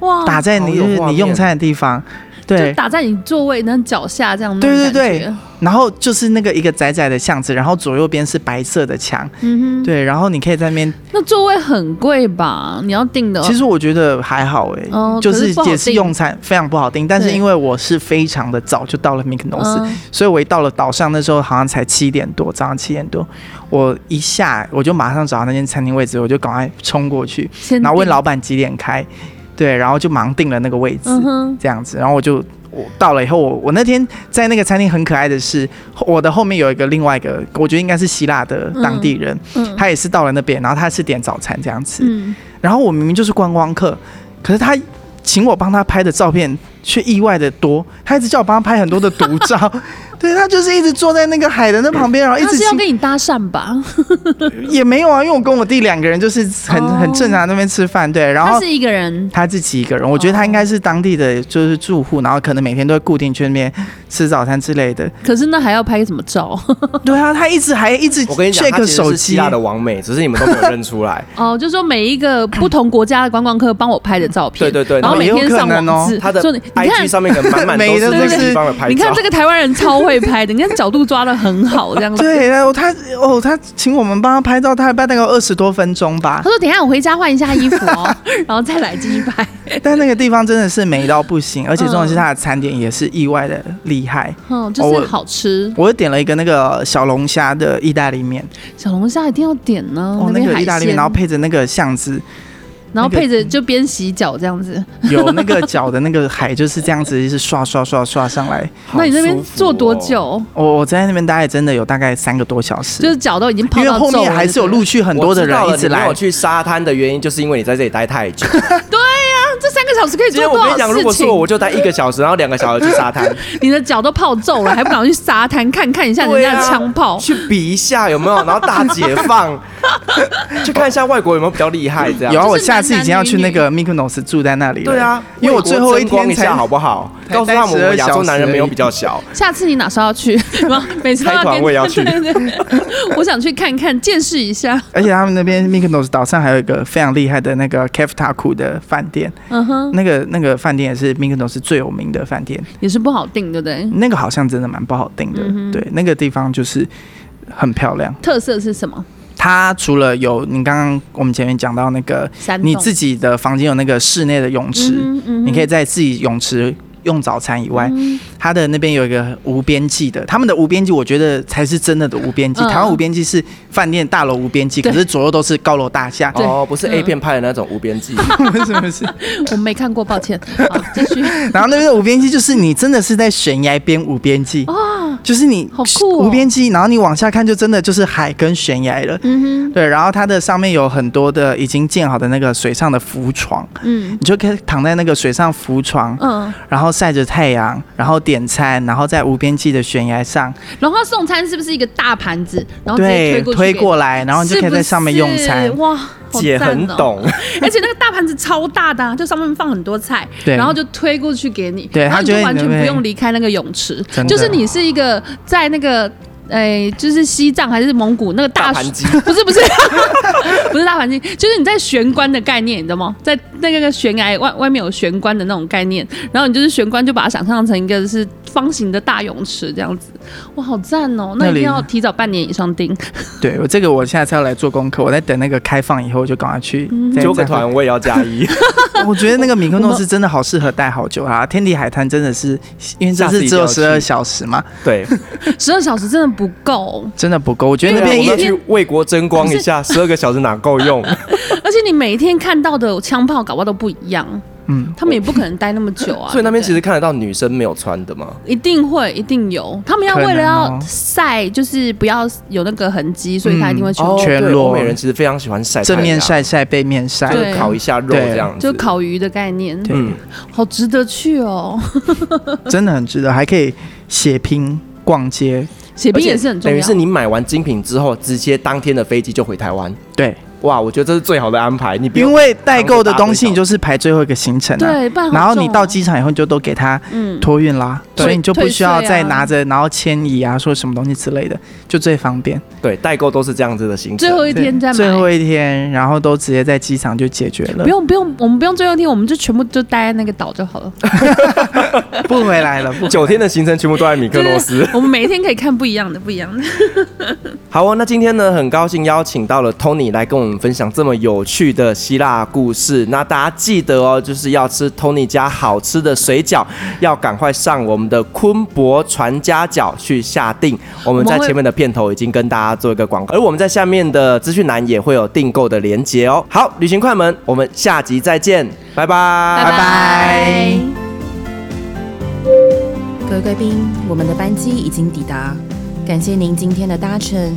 C: 哇，
D: 打在
A: 好
D: 你
A: 有
D: 就是
A: 画
D: 你用
A: 面
D: 餐的地方，
C: 哦就
D: 对。
C: 打在你座位那脚下这样那种
D: 对对
C: 感觉。
D: 对，然后就是那个一个窄窄的巷子，然后左右边是白色的墙，
C: 嗯哼，
D: 对，然后你可以在那边。
C: 那座位很贵吧？你要订的，
D: 其实我觉得还好哎、
C: 哦
D: 就
C: 可是不好
D: 也是
C: 订
D: 用餐非常不好订，但是
C: 对
D: 因为我是非常的早就到了米克诺斯，
C: 嗯
D: 所以我一到了岛上那时候好像才七点多，早上七点多，我一下我就马上找到那间餐厅位置，我就赶快冲过去，
C: 先
D: 然后问
C: 订
D: 老板几点开，对，然后就忙定了那个位置，
C: 嗯哼，
D: 这样子，然后我就我到了以后，我我那天在那个餐厅很可爱的是，我的后面有一个另外一个，我觉得应该是希腊的当地人，
C: 嗯
D: 他也是到了那边，然后他是点早餐这样子，
C: 嗯，
D: 然后我明明就是观光客，可是他请我帮他拍的照片却意外的多，他一直叫我帮他拍很多的独 照，对他就是一直坐在那个海的那旁边，然后一
C: 他
D: 直
C: 是要
D: 请
C: 跟你搭讪吧？
D: 也没有啊，因为我跟我弟两个人就是很、
C: 哦
D: 很正常那边吃饭，对，然
C: 他
D: 后
C: 是哦一个人，
D: 他自己一个人，我觉得他应该是当地的就是住户，然后可能每天都会固定去那边吃早餐之类的。
C: 可是那还要拍什么照？
D: 对啊，他一直还一直
A: 我跟你讲，他
D: check
A: 其实
D: 手
A: 是希
D: 机，
A: 腊的王美，只是你们都没有认出 来。
C: 哦，就说每一个不同国家的观光客帮我拍的照片，
A: 对对对
C: 然后每天上
D: 也有可能
C: 网
D: 哦
C: 址，
A: 他的
C: 说你你
A: IG
C: 看。
A: 上面可能满 满
D: 每
A: 都是
D: 一个
A: 那
D: 都
A: 个
D: 是
A: 地方的拍照。
C: 你看这个台湾人超会拍 的，你看角度抓的很好，这样子。
D: 对，然后他哦，他请我们帮他拍照，他大概有二十多分钟吧
C: 他。说：“等一下我回家换一下衣服 哦，然后再来继续拍。
D: 但那个地方真的是美到不行，而且重点是
C: 嗯
D: 它的餐点也是意外的厉害。”
C: 嗯，
D: 哦
C: 就是
D: 我
C: 好吃。
D: 我又点了一个那个小龙虾的意大利面，
C: 小龙虾一定要点呢，
D: 哦，那
C: 边
D: 个
C: 海
D: 意大利
C: 鲜，
D: 面，然后配着那个巷子
C: 然后
D: 那个
C: 配着
A: 嗯
C: 就边洗脚这样子。
D: 有那个脚的那个海就是这样子，一直刷刷刷刷上来。
A: 好
C: 那你那边
A: 舒服
C: 坐多
A: 哦？
C: 久？
D: 我我在那边大概真的有大概三个多小时，
C: 就是脚都已经泡
D: 因为
C: 到
D: 后
C: 皱
D: 面
C: 了
D: 还是有
C: 对不对
D: 陆续很多的
A: 我知道
D: 人
A: 了
D: 一直
A: 你没
D: 来
A: 有。去沙滩的原因，就是因为你在这里待太 久。
C: 对呀、这三个小时可以
A: 今天
C: 做
A: 我
C: 多
A: 跟你讲，
C: 少
A: 如
C: 事
A: 果是
C: 情？
A: 我，我就待一个小时，然后两个小时去沙滩，
C: 你的脚都泡皱了，还不赶快去沙滩看看一下人
A: 对
C: 家
A: 啊
C: 的枪炮？
A: 去比一下有没有，然后大解 放，去看一下外国有没有比较厉害这样。
D: 有啊，
C: 就是
D: 我下次已经要去那
C: 男
D: 个 Mykonos 住在那里了。
A: 对啊，
D: 因为我最后一
A: 为国争
D: 天
A: 光一
D: 才
A: 下好不好？
D: 才
A: 告诉他们，我们
D: 32
A: 亚洲男人
D: 小时而已
A: 没有比较小。
C: 下次你哪时候 要去？然后每次都
A: 开
C: 要
A: 团
C: 跟
A: 我也要去
C: 对对对我想去看看，见识一下。
D: 而且他们那边 Mykonos 岛上还有一个非常厉害的那个 k e f t a k u 的饭店，
C: 嗯哼，
D: 那个那个饭店也是 Mykonos 最有名的饭店，
C: 也是不好定，对不对？
D: 那个好像真的蛮不好订
C: 嗯
D: 的。对，那个地方就是很漂亮。
C: 特色是什么？
D: 它除了有你刚刚我们前面讲到那个
C: 山洞
D: 你自己的房间有那个室内的泳池，
C: 嗯哼嗯哼嗯
D: 你可以在自己泳池用早餐以外，它的那边有一个无边际的，他们的无边际我觉得才是真的的无边际。
C: 嗯
D: 台湾无边际是饭店大楼无边际，
C: 对
D: 可是左右都是高楼大厦。
A: 哦，不是
C: 嗯
A: A 片拍的那种无边 际，
D: 不是不是，
C: 我没看过，抱歉。好，继 续。
D: 然后那边的无边际就是你真的是在悬崖边无边际，
C: 哇，
D: 就是你
C: 好酷哦
D: 无边际，然后你往下看就真的就是海跟悬崖了。
C: 嗯
D: 对，然后它的上面有很多的已经建好的那个水上的浮床，
C: 哼，嗯
D: 你就可以躺在那个水上浮床，
C: 嗯，
D: 然后晒着太阳，然后点餐，然后在无边际的悬崖上，
C: 然后他送餐是不是一个大盘子，然后直接
D: 对，
C: 过去
D: 推
C: 给
D: 过来，然后你就可以在上面用餐。
C: 是不是哇，好
A: 姐
C: 赞
A: 很
C: 哦。
A: 懂。
C: 而且那个大盘子超大的啊、就上面放很多菜，
D: 对
C: 然后就推过去给你，
D: 对
C: 然后
D: 他
C: 你
D: 觉
C: 就
D: 得
C: 完
D: 你
C: 全
D: 那
C: 不
D: 边
C: 用离开那个泳池
D: 真，的
C: 就是你是一个在那个。哎，就是西藏还是蒙古那个大
A: 大盘鸡
C: 不是不是不是大盘鸡，就是你在玄关的概念，你知道吗？在那个悬崖外外面有玄关的那种概念，然后你就是玄关就把它想象成一个是方形的大泳池这样子，哇，好赞哦！那
D: 那
C: 一定
D: 里
C: 要提早半年以上订，
D: 对我这个我下次要来做功课，我在等那个开放以后我就赶快去。
C: 嗯
D: 再
A: 九个，
D: 再
A: 团我也要加 一，
D: 我觉得那个米克诺斯真的好适合待好久啊！天地海滩真的是，因为这
A: 下次
D: 是
A: 一
D: 只
A: 定要
D: 有
A: 去
D: 十二小时嘛，
A: 对，
C: 十二小时真的不够，
D: 真的不够。我觉得
A: 对
D: 那
A: 啊
D: 边
A: 我
D: 夜
A: 们去为国争光一下，十二个小时哪够 用？
C: 而且你每一天看到的枪炮搞不好都不一样，
D: 嗯，
C: 他们也不可能待那么久啊。
A: 哦 所以那边
C: 对不对
A: 其实看得到女生没有穿的嘛，
C: 一定会一定有，他们要
D: 可能
C: 为了要
D: 哦
C: 晒，就是不要有那个痕迹，所以他一定
A: 嗯
C: 会去
D: 哦全
A: 对
D: 裸
A: 欧美人其实非常喜欢晒太阳
D: 正面，晒晒，背面晒，
A: 就
C: 对
A: 是烤一下肉
D: 对
A: 这样子，
C: 就烤鱼的概念，
D: 对
A: 嗯，
C: 好值得去哦。
D: 真的很值得，还可以血拼逛街。
C: 血
A: 而
C: 拼
A: 且
C: 也是很重
A: 等
C: 要，
A: 于是你买完精品之后，直接当天的飞机就回台湾，
D: 对，
A: 哇，我觉得这是最好的安排。你不用
D: 因为代购的东西
A: 扛着大
D: 你就是排最后一个行程、啊，
C: 对不然好
D: 然后
C: 重
D: 你
C: 哦
D: 到机场以后就都给他
C: 嗯
D: 托运啦，
C: 对
D: 所以你就不需要
C: 退税
D: 再
C: 啊
D: 拿着然后迁移啊，说什么东西之类的，就最方便。
A: 对代购都是这样子的行程。
C: 最后一天再买。
D: 最后一天，然后都直接在机场就解决了
C: 不，用不用，我们不用最后一天，我们就全部就待在那个岛就好了。
D: 不回来了，不
A: 九天的行程全部都在米克罗斯。
C: 我们每一天可以看不一样的，不一样的。
A: 好哦，那今天呢，很高兴邀请到了 Tony 来跟我们分享这么有趣的希腊故事。那大家记得哦，就是要吃 Tony 家好吃的水饺，要赶快上我们的昆博传家饺去下定。我们在前面的片头已经跟大家做一个广告，而我们在下面的资讯栏也会有订购的连结哦。好，旅行快门，我们下集再见，拜拜
D: 拜拜
B: 各位贵宾，我们的班机已经抵达，感谢您今天的搭乘。